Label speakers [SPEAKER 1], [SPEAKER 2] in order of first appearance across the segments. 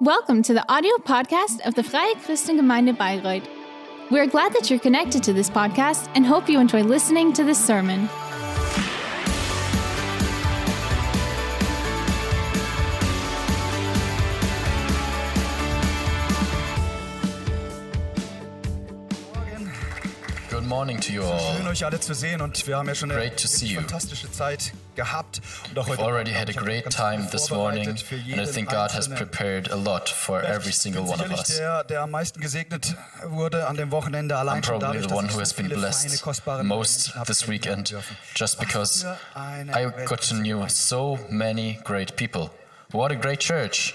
[SPEAKER 1] Welcome to the audio podcast of the Freie Christengemeinde Bayreuth. We are glad that you're connected to this podcast and hope you enjoy listening to this sermon.
[SPEAKER 2] Good morning to you all.
[SPEAKER 3] Schön, euch alle zu sehen und wir haben ja schon eine
[SPEAKER 2] Great to see
[SPEAKER 3] wirklich
[SPEAKER 2] you.
[SPEAKER 3] fantastische Zeit gehabt. Und auch
[SPEAKER 2] We've
[SPEAKER 3] heute
[SPEAKER 2] already
[SPEAKER 3] Abend
[SPEAKER 2] had a
[SPEAKER 3] haben wir
[SPEAKER 2] great
[SPEAKER 3] ganz
[SPEAKER 2] time
[SPEAKER 3] viel
[SPEAKER 2] this
[SPEAKER 3] vorbereitet
[SPEAKER 2] morning,
[SPEAKER 3] für
[SPEAKER 2] and I
[SPEAKER 3] jeden
[SPEAKER 2] think God has
[SPEAKER 3] Einzelnen.
[SPEAKER 2] prepared a lot for every single
[SPEAKER 3] ich bin
[SPEAKER 2] one of
[SPEAKER 3] sicherlich
[SPEAKER 2] us.
[SPEAKER 3] Der, der am meisten gesegnet wurde an dem Wochenende allein
[SPEAKER 2] I'm
[SPEAKER 3] schon
[SPEAKER 2] probably
[SPEAKER 3] dadurch,
[SPEAKER 2] the one
[SPEAKER 3] dass ich
[SPEAKER 2] who has
[SPEAKER 3] so
[SPEAKER 2] been
[SPEAKER 3] viele feine,
[SPEAKER 2] blessed
[SPEAKER 3] kostbare
[SPEAKER 2] most
[SPEAKER 3] Menschen hab
[SPEAKER 2] this
[SPEAKER 3] kennenlernen
[SPEAKER 2] weekend
[SPEAKER 3] dürfen.
[SPEAKER 2] just
[SPEAKER 3] Was
[SPEAKER 2] because
[SPEAKER 3] für eine
[SPEAKER 2] I
[SPEAKER 3] Welt.
[SPEAKER 2] got to know so many great people. What a great church!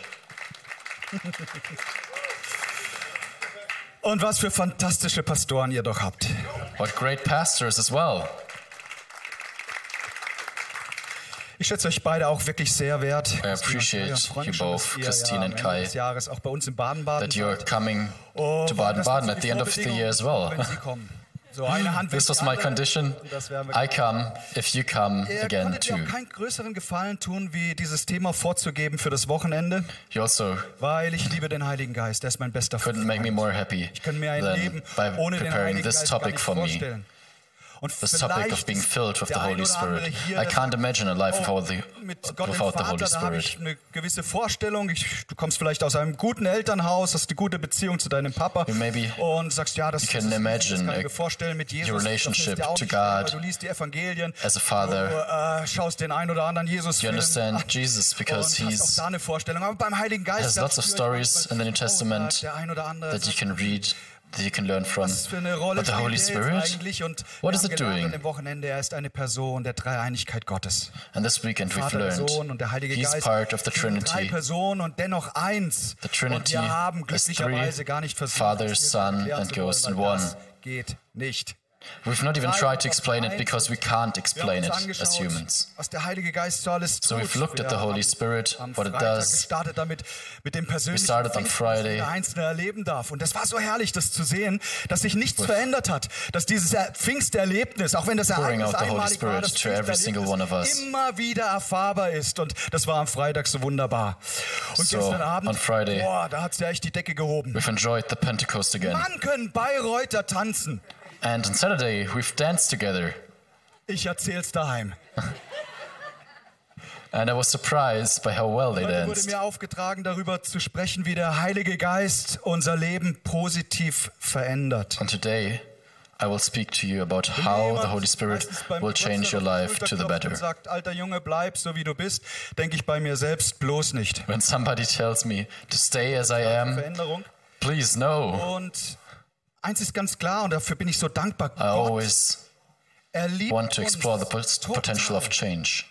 [SPEAKER 3] Und was für fantastische Pastoren ihr doch habt.
[SPEAKER 2] What great pastors as well.
[SPEAKER 3] Ich schätze euch beide auch wirklich sehr wert. Christine und Kai,
[SPEAKER 2] appreciate
[SPEAKER 3] wir freuen
[SPEAKER 2] you
[SPEAKER 3] uns schon, dass
[SPEAKER 2] both,
[SPEAKER 3] ihr
[SPEAKER 2] Christine and
[SPEAKER 3] ja am Ende
[SPEAKER 2] Kai,
[SPEAKER 3] des Jahres auch bei uns in Baden-Baden
[SPEAKER 2] That you're
[SPEAKER 3] seid.
[SPEAKER 2] coming
[SPEAKER 3] Oh,
[SPEAKER 2] to
[SPEAKER 3] warum
[SPEAKER 2] Baden
[SPEAKER 3] das
[SPEAKER 2] Baden
[SPEAKER 3] nicht
[SPEAKER 2] at
[SPEAKER 3] die
[SPEAKER 2] the end of the
[SPEAKER 3] Vorbedingung
[SPEAKER 2] year as
[SPEAKER 3] ist,
[SPEAKER 2] well.
[SPEAKER 3] wenn Sie kommen. So eine Hand
[SPEAKER 2] This
[SPEAKER 3] wäscht
[SPEAKER 2] was
[SPEAKER 3] die
[SPEAKER 2] my
[SPEAKER 3] andere.
[SPEAKER 2] condition.
[SPEAKER 3] Und das werden wir
[SPEAKER 2] I come if you come
[SPEAKER 3] Ihr
[SPEAKER 2] again
[SPEAKER 3] konntet mir
[SPEAKER 2] too.
[SPEAKER 3] auch keinen größeren Gefallen tun, wie dieses Thema vorzugeben für das Wochenende,
[SPEAKER 2] You also
[SPEAKER 3] weil ich liebe den Heiligen Geist. Er ist mein bester
[SPEAKER 2] couldn't make me
[SPEAKER 3] Freund.
[SPEAKER 2] more happy
[SPEAKER 3] Ich kann mir ein
[SPEAKER 2] than
[SPEAKER 3] Leben
[SPEAKER 2] by
[SPEAKER 3] ohne den
[SPEAKER 2] preparing
[SPEAKER 3] Heiligen
[SPEAKER 2] this
[SPEAKER 3] Geist gar
[SPEAKER 2] topic
[SPEAKER 3] nicht
[SPEAKER 2] for me.
[SPEAKER 3] vorstellen. Und
[SPEAKER 2] this topic of
[SPEAKER 3] vielleicht
[SPEAKER 2] being
[SPEAKER 3] ist
[SPEAKER 2] filled with
[SPEAKER 3] der
[SPEAKER 2] the
[SPEAKER 3] ein
[SPEAKER 2] Holy
[SPEAKER 3] oder andere
[SPEAKER 2] Spirit.
[SPEAKER 3] hier,
[SPEAKER 2] I
[SPEAKER 3] der
[SPEAKER 2] can't
[SPEAKER 3] sagt,
[SPEAKER 2] imagine a life without
[SPEAKER 3] oh,
[SPEAKER 2] the,
[SPEAKER 3] mit Gott dem
[SPEAKER 2] without the
[SPEAKER 3] Vater,
[SPEAKER 2] Holy
[SPEAKER 3] da habe
[SPEAKER 2] Spirit.
[SPEAKER 3] ich eine gewisse Vorstellung. Ich, du kommst vielleicht aus einem guten Elternhaus, hast eine gute Beziehung zu deinem Papa
[SPEAKER 2] You maybe-
[SPEAKER 3] und sagst, ja, das,
[SPEAKER 2] you
[SPEAKER 3] das,
[SPEAKER 2] can
[SPEAKER 3] ist, das
[SPEAKER 2] imagine
[SPEAKER 3] kann ich
[SPEAKER 2] a-
[SPEAKER 3] mir vorstellen mit Jesus. das findest du
[SPEAKER 2] relationship
[SPEAKER 3] ja auch
[SPEAKER 2] to
[SPEAKER 3] nicht schnell, weil
[SPEAKER 2] God
[SPEAKER 3] Du liest die Evangelien,
[SPEAKER 2] as a father.
[SPEAKER 3] du äh, schaust den einen oder anderen Jesus
[SPEAKER 2] You understand Jesus because
[SPEAKER 3] und hast auch
[SPEAKER 2] he's
[SPEAKER 3] da eine Vorstellung. Aber beim Heiligen Geist
[SPEAKER 2] has
[SPEAKER 3] da
[SPEAKER 2] lots of
[SPEAKER 3] spüre ich
[SPEAKER 2] stories
[SPEAKER 3] manchmal,
[SPEAKER 2] in the New
[SPEAKER 3] oh, da
[SPEAKER 2] Testament
[SPEAKER 3] hat der ein oder andere
[SPEAKER 2] that you
[SPEAKER 3] sagt,
[SPEAKER 2] can read, that you can learn from.
[SPEAKER 3] was für eine Rolle
[SPEAKER 2] But the
[SPEAKER 3] spielt
[SPEAKER 2] Holy
[SPEAKER 3] er jetzt
[SPEAKER 2] Spirit,
[SPEAKER 3] eigentlich? Und
[SPEAKER 2] what
[SPEAKER 3] wir
[SPEAKER 2] is
[SPEAKER 3] haben
[SPEAKER 2] it
[SPEAKER 3] gelernt
[SPEAKER 2] doing?
[SPEAKER 3] An dem Wochenende, er ist eine Person der Dreieinigkeit Gottes.
[SPEAKER 2] and this weekend we've
[SPEAKER 3] Vater, der
[SPEAKER 2] learned
[SPEAKER 3] Sohn und der Heilige
[SPEAKER 2] he's
[SPEAKER 3] Geist.
[SPEAKER 2] part of the
[SPEAKER 3] sind Drei
[SPEAKER 2] Trinity.
[SPEAKER 3] Personen und dennoch eins.
[SPEAKER 2] The Trinity
[SPEAKER 3] und wir haben
[SPEAKER 2] is
[SPEAKER 3] glücklicherweise
[SPEAKER 2] three,
[SPEAKER 3] gar nicht versucht,
[SPEAKER 2] Father,
[SPEAKER 3] das hier
[SPEAKER 2] Son
[SPEAKER 3] erklären
[SPEAKER 2] and
[SPEAKER 3] zu wollen,
[SPEAKER 2] Ghost in
[SPEAKER 3] weil
[SPEAKER 2] one.
[SPEAKER 3] Das geht nicht.
[SPEAKER 2] We've not even
[SPEAKER 3] Drei
[SPEAKER 2] tried to
[SPEAKER 3] Gott
[SPEAKER 2] explain it
[SPEAKER 3] eins
[SPEAKER 2] because we can't
[SPEAKER 3] Wir haben
[SPEAKER 2] explain
[SPEAKER 3] uns
[SPEAKER 2] it as
[SPEAKER 3] angeschaut,
[SPEAKER 2] humans.
[SPEAKER 3] was der Heilige Geist so alles tut.
[SPEAKER 2] So we've looked at the
[SPEAKER 3] Wir
[SPEAKER 2] Holy
[SPEAKER 3] haben
[SPEAKER 2] Spirit,
[SPEAKER 3] am
[SPEAKER 2] what it
[SPEAKER 3] Freitag
[SPEAKER 2] does.
[SPEAKER 3] gestartet damit, mit dem persönlichen
[SPEAKER 2] started on
[SPEAKER 3] Pfingsten,
[SPEAKER 2] Friday.
[SPEAKER 3] das jeder Einzelne erleben darf. Und das war so herrlich, das zu sehen, dass sich nichts verändert hat. Dass dieses Er- Pfingsterlebnis, auch wenn das
[SPEAKER 2] Pouring
[SPEAKER 3] Ereignis
[SPEAKER 2] out the Holy
[SPEAKER 3] einmalig war,
[SPEAKER 2] Spirit
[SPEAKER 3] das
[SPEAKER 2] to every single one of us.
[SPEAKER 3] Pfingsterlebnis immer wieder erfahrbar ist. Und das war am Freitag so wunderbar. Und
[SPEAKER 2] So,
[SPEAKER 3] gestern Abend,
[SPEAKER 2] on Friday.
[SPEAKER 3] boah, da hat's ja echt die Decke gehoben.
[SPEAKER 2] We've enjoyed the Pentecost again.
[SPEAKER 3] Mann, können Bayreuther tanzen.
[SPEAKER 2] And on Saturday, we've danced together.
[SPEAKER 3] Ich erzähl's daheim.
[SPEAKER 2] And I was surprised by how well they
[SPEAKER 3] Heute wurde
[SPEAKER 2] danced.
[SPEAKER 3] mir aufgetragen, darüber zu sprechen, wie der Heilige Geist unser Leben positiv verändert.
[SPEAKER 2] And today, I will speak to you about how the Holy Spirit
[SPEAKER 3] Meistens beim
[SPEAKER 2] will change your
[SPEAKER 3] Geburtstag auf
[SPEAKER 2] life
[SPEAKER 3] die
[SPEAKER 2] to
[SPEAKER 3] Schulter
[SPEAKER 2] the
[SPEAKER 3] klopft
[SPEAKER 2] better.
[SPEAKER 3] Und sagt, alter Junge, bleib so wie du bist, denke ich bei mir selbst bloß nicht.
[SPEAKER 2] When somebody tells me to stay as I am,
[SPEAKER 3] Veränderung.
[SPEAKER 2] please no.
[SPEAKER 3] Und eins ist ganz klar und dafür bin ich so dankbar.
[SPEAKER 2] I
[SPEAKER 3] Gott,
[SPEAKER 2] always
[SPEAKER 3] er liebt
[SPEAKER 2] want to explore the
[SPEAKER 3] uns
[SPEAKER 2] pot- potential of
[SPEAKER 3] total.
[SPEAKER 2] change.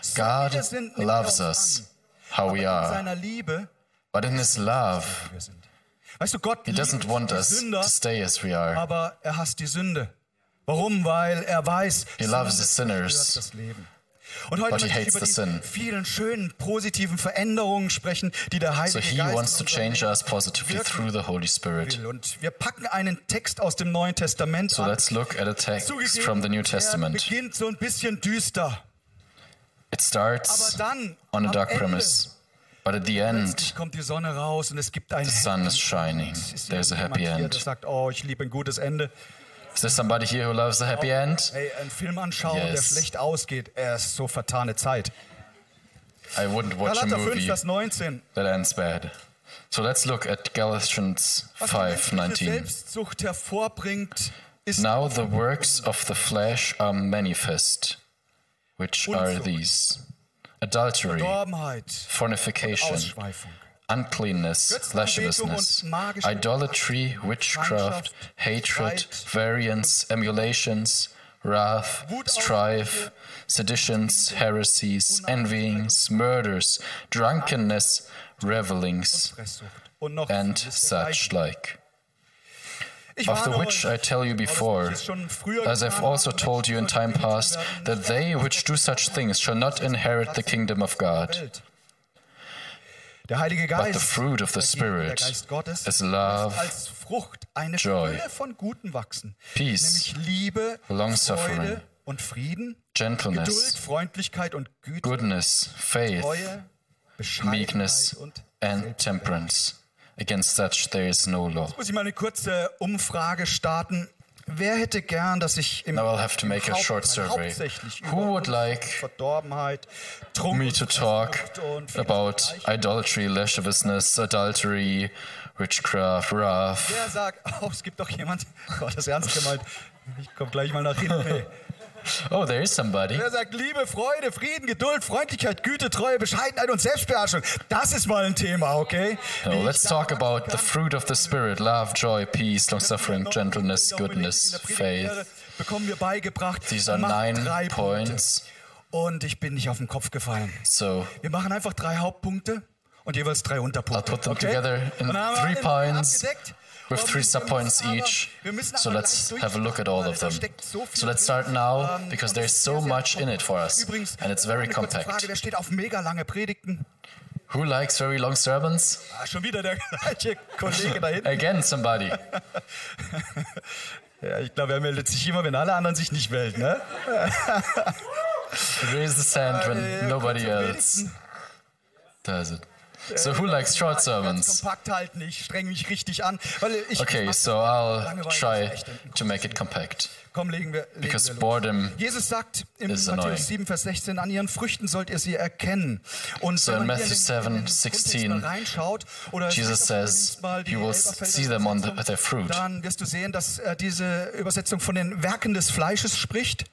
[SPEAKER 3] So wie
[SPEAKER 2] God
[SPEAKER 3] wir sind, nimmt er
[SPEAKER 2] loves
[SPEAKER 3] uns
[SPEAKER 2] us
[SPEAKER 3] an.
[SPEAKER 2] how we
[SPEAKER 3] Aber in
[SPEAKER 2] are,
[SPEAKER 3] seiner Liebe,
[SPEAKER 2] but in His love,
[SPEAKER 3] wir sind. Weißt du, Gott
[SPEAKER 2] He doesn't
[SPEAKER 3] liebt
[SPEAKER 2] want
[SPEAKER 3] die
[SPEAKER 2] us to
[SPEAKER 3] Sünder,
[SPEAKER 2] stay as we are.
[SPEAKER 3] aber er hasst die Sünde. Warum? Weil er weiß,
[SPEAKER 2] He loves the
[SPEAKER 3] Sünde
[SPEAKER 2] sinners,
[SPEAKER 3] zerstört das Leben. Und heute
[SPEAKER 2] but he
[SPEAKER 3] möchte ich
[SPEAKER 2] hates
[SPEAKER 3] über
[SPEAKER 2] the sin.
[SPEAKER 3] die vielen schönen, positiven Veränderungen sprechen, die der
[SPEAKER 2] So
[SPEAKER 3] Heilige
[SPEAKER 2] He
[SPEAKER 3] Geist
[SPEAKER 2] wants to
[SPEAKER 3] in unserem
[SPEAKER 2] change
[SPEAKER 3] Leben
[SPEAKER 2] us positively
[SPEAKER 3] wirken
[SPEAKER 2] through the Holy Spirit.
[SPEAKER 3] will. Und wir packen einen Text aus dem Neuen Testament
[SPEAKER 2] So
[SPEAKER 3] an.
[SPEAKER 2] let's look at a text
[SPEAKER 3] Zugegeben,
[SPEAKER 2] from the New
[SPEAKER 3] er
[SPEAKER 2] Testament.
[SPEAKER 3] beginnt so ein bisschen düster.
[SPEAKER 2] It
[SPEAKER 3] Aber
[SPEAKER 2] starts
[SPEAKER 3] dann,
[SPEAKER 2] on a
[SPEAKER 3] am
[SPEAKER 2] dark
[SPEAKER 3] Ende,
[SPEAKER 2] premise, but at the end,
[SPEAKER 3] plötzlich kommt die Sonne raus und es gibt ein
[SPEAKER 2] Mm. the sun is shining.
[SPEAKER 3] Es ist
[SPEAKER 2] There's a
[SPEAKER 3] irgendjemand
[SPEAKER 2] happy
[SPEAKER 3] hier, der
[SPEAKER 2] end.
[SPEAKER 3] sagt, oh, ich liebe ein gutes Ende.
[SPEAKER 2] Is there somebody here who loves a happy end?
[SPEAKER 3] Ey, einen Film anschauen, der
[SPEAKER 2] Yes.
[SPEAKER 3] schlecht ausgeht, er ist so vertane Zeit.
[SPEAKER 2] I wouldn't watch a
[SPEAKER 3] Galater 5,
[SPEAKER 2] movie
[SPEAKER 3] Vers 19.
[SPEAKER 2] that ends bad. So let's look at Galatians
[SPEAKER 3] Was die menschliche
[SPEAKER 2] 5:19.
[SPEAKER 3] Selbstsucht hervorbringt, ist
[SPEAKER 2] Now the works of the flesh are manifest, which are
[SPEAKER 3] Unzucht.
[SPEAKER 2] these: adultery,
[SPEAKER 3] Verdorbenheit,
[SPEAKER 2] fornication,
[SPEAKER 3] Ausschweifung,
[SPEAKER 2] uncleanness,
[SPEAKER 3] Götzenanbetung
[SPEAKER 2] lasciviousness,
[SPEAKER 3] und magische
[SPEAKER 2] idolatry, witchcraft,
[SPEAKER 3] Feindschaft,
[SPEAKER 2] hatred,
[SPEAKER 3] Streit
[SPEAKER 2] variance, emulations, wrath,
[SPEAKER 3] Wutausbrüche,
[SPEAKER 2] strife, seditions, heresies, envyings, murders, drunkenness, revelings,
[SPEAKER 3] Fresssucht und noch
[SPEAKER 2] and
[SPEAKER 3] vieles
[SPEAKER 2] such
[SPEAKER 3] dergleichen.
[SPEAKER 2] like.
[SPEAKER 3] Ich
[SPEAKER 2] Of the
[SPEAKER 3] warne
[SPEAKER 2] which
[SPEAKER 3] euch,
[SPEAKER 2] I tell you
[SPEAKER 3] aber
[SPEAKER 2] before,
[SPEAKER 3] das ist schon früher
[SPEAKER 2] as I've
[SPEAKER 3] getan,
[SPEAKER 2] also
[SPEAKER 3] aber
[SPEAKER 2] told you in time
[SPEAKER 3] getötet
[SPEAKER 2] past,
[SPEAKER 3] werden,
[SPEAKER 2] that they which do such things shall not inherit the kingdom of God.
[SPEAKER 3] Welt. Der Heilige
[SPEAKER 2] But
[SPEAKER 3] Geist,
[SPEAKER 2] the fruit of the
[SPEAKER 3] dagegen, der
[SPEAKER 2] Spirit
[SPEAKER 3] Geist Gottes,
[SPEAKER 2] is
[SPEAKER 3] lässt
[SPEAKER 2] love,
[SPEAKER 3] als Frucht eine
[SPEAKER 2] joy,
[SPEAKER 3] Fülle von Guten wachsen,
[SPEAKER 2] peace,
[SPEAKER 3] nämlich Liebe,
[SPEAKER 2] long-suffering,
[SPEAKER 3] Freude und Frieden, Geduld,
[SPEAKER 2] gentleness,
[SPEAKER 3] Freundlichkeit und Güte,
[SPEAKER 2] goodness, faith,
[SPEAKER 3] Treue, Bescheidenheit
[SPEAKER 2] meekness,
[SPEAKER 3] und
[SPEAKER 2] and temperance. Against such there is no law.
[SPEAKER 3] Muss ich mal eine kurze Umfrage starten? Wer hätte gern, dass ich im
[SPEAKER 2] Now I'll have to make a short survey.
[SPEAKER 3] hauptsächlich über
[SPEAKER 2] Who would like
[SPEAKER 3] Verdorbenheit, Trunk
[SPEAKER 2] me
[SPEAKER 3] und
[SPEAKER 2] to talk
[SPEAKER 3] Sucht und vieles
[SPEAKER 2] about
[SPEAKER 3] dergleichen?
[SPEAKER 2] idolatry, lasciviousness, adultery, witchcraft, wrath?
[SPEAKER 3] Wer sagt, oh, es gibt doch jemand, oh, das ist ernst gemeint, ich komme gleich mal nach hinten. Ey.
[SPEAKER 2] Oh, there is somebody.
[SPEAKER 3] Wer sagt Liebe, Freude, Frieden, Geduld, Freundlichkeit, Güte, Treue, Bescheidenheit und Selbstbeherrschung? Das ist mal ein Thema, okay?
[SPEAKER 2] No, Oh, let's talk about the fruit of the Spirit love, joy, peace, long suffering, gentleness, goodness, faith.
[SPEAKER 3] Bekommen wir beigebracht.
[SPEAKER 2] These are
[SPEAKER 3] Macht
[SPEAKER 2] nine
[SPEAKER 3] drei Punkte.
[SPEAKER 2] points.
[SPEAKER 3] Und ich bin nicht auf den Kopf gefallen.
[SPEAKER 2] So
[SPEAKER 3] Wir machen einfach drei Hauptpunkte und jeweils drei Unterpunkte.
[SPEAKER 2] I'll put them together in
[SPEAKER 3] Und dann haben wir
[SPEAKER 2] three
[SPEAKER 3] alle
[SPEAKER 2] points
[SPEAKER 3] abgedeckt.
[SPEAKER 2] with
[SPEAKER 3] Und
[SPEAKER 2] three
[SPEAKER 3] wir
[SPEAKER 2] subpoints
[SPEAKER 3] müssen aber-
[SPEAKER 2] each.
[SPEAKER 3] wir müssen
[SPEAKER 2] So
[SPEAKER 3] aber
[SPEAKER 2] let's
[SPEAKER 3] gleich
[SPEAKER 2] have a look at all of
[SPEAKER 3] durchmachen, weil da
[SPEAKER 2] them.
[SPEAKER 3] steckt so viel
[SPEAKER 2] So let's
[SPEAKER 3] drin.
[SPEAKER 2] start now
[SPEAKER 3] Ähm,
[SPEAKER 2] because
[SPEAKER 3] und es
[SPEAKER 2] there's
[SPEAKER 3] ist
[SPEAKER 2] so
[SPEAKER 3] sehr, sehr
[SPEAKER 2] much in it for us
[SPEAKER 3] Übrigens,
[SPEAKER 2] and it's
[SPEAKER 3] noch
[SPEAKER 2] very
[SPEAKER 3] eine kurze Frage,
[SPEAKER 2] compact.
[SPEAKER 3] wer steht auf mega lange Predigten?
[SPEAKER 2] Who likes very long sermons?
[SPEAKER 3] Ah, schon wieder der gleiche Kollege da hinten.
[SPEAKER 2] Again, somebody.
[SPEAKER 3] Ja, ich glaube, er meldet sich immer, wenn alle anderen sich nicht melden, ne?
[SPEAKER 2] Raise the hand when
[SPEAKER 3] Äh,
[SPEAKER 2] nobody
[SPEAKER 3] kurz am
[SPEAKER 2] else does it. So who likes short
[SPEAKER 3] Ganz
[SPEAKER 2] sermons?
[SPEAKER 3] kompakt halten, ich streng mich richtig an, weil ich
[SPEAKER 2] Okay,
[SPEAKER 3] ich-
[SPEAKER 2] so I'll
[SPEAKER 3] Langeweile ist
[SPEAKER 2] try
[SPEAKER 3] echt ein-
[SPEAKER 2] to make it compact
[SPEAKER 3] Komm, legen wir, legen
[SPEAKER 2] because
[SPEAKER 3] wir los.
[SPEAKER 2] boredom
[SPEAKER 3] Jesus sagt in
[SPEAKER 2] is
[SPEAKER 3] Matthäus
[SPEAKER 2] annoying.
[SPEAKER 3] 7, Vers 16, an ihren Früchten sollt ihr sie erkennen. Und
[SPEAKER 2] So
[SPEAKER 3] wenn
[SPEAKER 2] in
[SPEAKER 3] man hier
[SPEAKER 2] Matthew
[SPEAKER 3] in den- in den
[SPEAKER 4] 7,
[SPEAKER 3] Kontext
[SPEAKER 2] 16,
[SPEAKER 3] mal reinschaut, oder
[SPEAKER 2] Jesus
[SPEAKER 3] später
[SPEAKER 2] says,
[SPEAKER 3] zumindest mal die
[SPEAKER 2] you will
[SPEAKER 3] Elberfelder
[SPEAKER 2] see them on the-
[SPEAKER 3] Übersetzung,
[SPEAKER 2] their fruit.
[SPEAKER 3] Dann wirst du sehen, dass äh, diese Übersetzung von den Werken des Fleisches spricht,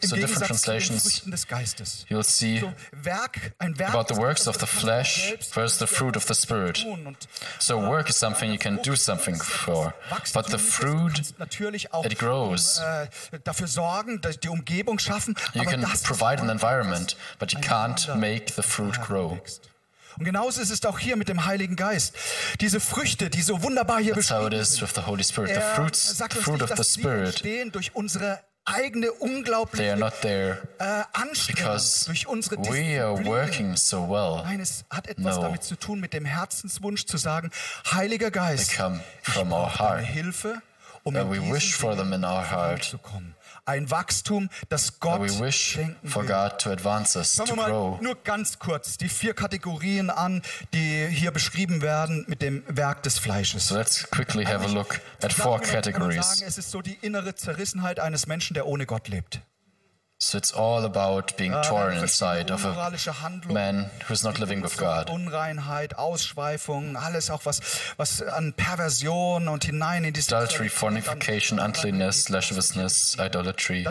[SPEAKER 3] im
[SPEAKER 2] So different
[SPEAKER 3] Gegensatz zu den
[SPEAKER 2] translations.
[SPEAKER 3] Früchten des Geistes.
[SPEAKER 2] you'll see
[SPEAKER 3] So, Werk, ein Werk
[SPEAKER 2] about the
[SPEAKER 3] ist
[SPEAKER 2] works
[SPEAKER 3] etwas,
[SPEAKER 2] of the
[SPEAKER 3] das kann man
[SPEAKER 2] flesh
[SPEAKER 3] selbst
[SPEAKER 2] versus the fruit of the spirit.
[SPEAKER 3] tun. Und
[SPEAKER 2] So work is something you can do something for, but the fruit
[SPEAKER 3] Natürlich auch
[SPEAKER 2] it grows.
[SPEAKER 3] um, äh, dafür sorgen, dass die Umgebung schaffen.
[SPEAKER 2] you
[SPEAKER 3] aber
[SPEAKER 2] can
[SPEAKER 3] das
[SPEAKER 2] provide an
[SPEAKER 3] ist-
[SPEAKER 2] environment, but you can't make the fruit grow.
[SPEAKER 3] Und genauso ist es auch hier mit dem Heiligen Geist. Diese Früchte, die so wunderbar hier
[SPEAKER 2] That's how it
[SPEAKER 3] beschrieben
[SPEAKER 2] is
[SPEAKER 3] sind.
[SPEAKER 2] with the Holy Spirit. The
[SPEAKER 3] Er
[SPEAKER 2] fruits, the
[SPEAKER 3] sagt uns
[SPEAKER 2] fruit
[SPEAKER 3] nicht,
[SPEAKER 2] of the
[SPEAKER 3] dass sie
[SPEAKER 2] Spirit,
[SPEAKER 3] entstehen durch unsere eigene
[SPEAKER 2] they
[SPEAKER 3] unglaubliche
[SPEAKER 2] are not there
[SPEAKER 3] äh, Anstrengung,
[SPEAKER 2] because
[SPEAKER 3] durch unsere
[SPEAKER 2] we are
[SPEAKER 3] Disziplin.
[SPEAKER 2] working so well.
[SPEAKER 3] Nein, es hat etwas
[SPEAKER 2] No.
[SPEAKER 3] damit zu tun, mit dem Herzenswunsch zu sagen, Heiliger Geist,
[SPEAKER 2] They come from
[SPEAKER 3] ich
[SPEAKER 2] our
[SPEAKER 3] brauche
[SPEAKER 2] heart.
[SPEAKER 3] deine Hilfe, um
[SPEAKER 2] That
[SPEAKER 3] in
[SPEAKER 2] we
[SPEAKER 3] diesen
[SPEAKER 2] wish for them in our heart.
[SPEAKER 3] zu kommen. Ein Wachstum, das
[SPEAKER 2] That
[SPEAKER 3] Gott
[SPEAKER 2] we wish
[SPEAKER 3] schenken
[SPEAKER 2] for
[SPEAKER 3] will.
[SPEAKER 2] God to advance us,
[SPEAKER 3] Schauen
[SPEAKER 2] to
[SPEAKER 3] wir mal
[SPEAKER 2] grow.
[SPEAKER 3] nur ganz kurz die vier Kategorien an, die hier beschrieben werden mit dem Werk des Fleisches.
[SPEAKER 2] So let's quickly have a look at four
[SPEAKER 3] Zusammengenommen kann man
[SPEAKER 2] categories.
[SPEAKER 3] Sagen, es ist so die innere Zerrissenheit eines Menschen, der ohne Gott lebt. Äh,
[SPEAKER 2] So it's all about being
[SPEAKER 3] Ah,
[SPEAKER 2] torn
[SPEAKER 3] Verschiedene
[SPEAKER 2] inside of a
[SPEAKER 3] unmoralische Handlungen,
[SPEAKER 2] man who's not living with God.
[SPEAKER 3] Unreinheit, Ausschweifung, alles auch was, was an Perversion und hinein in diese
[SPEAKER 2] Adultery, fornification, uncleanness, lasciviousness, idolatry.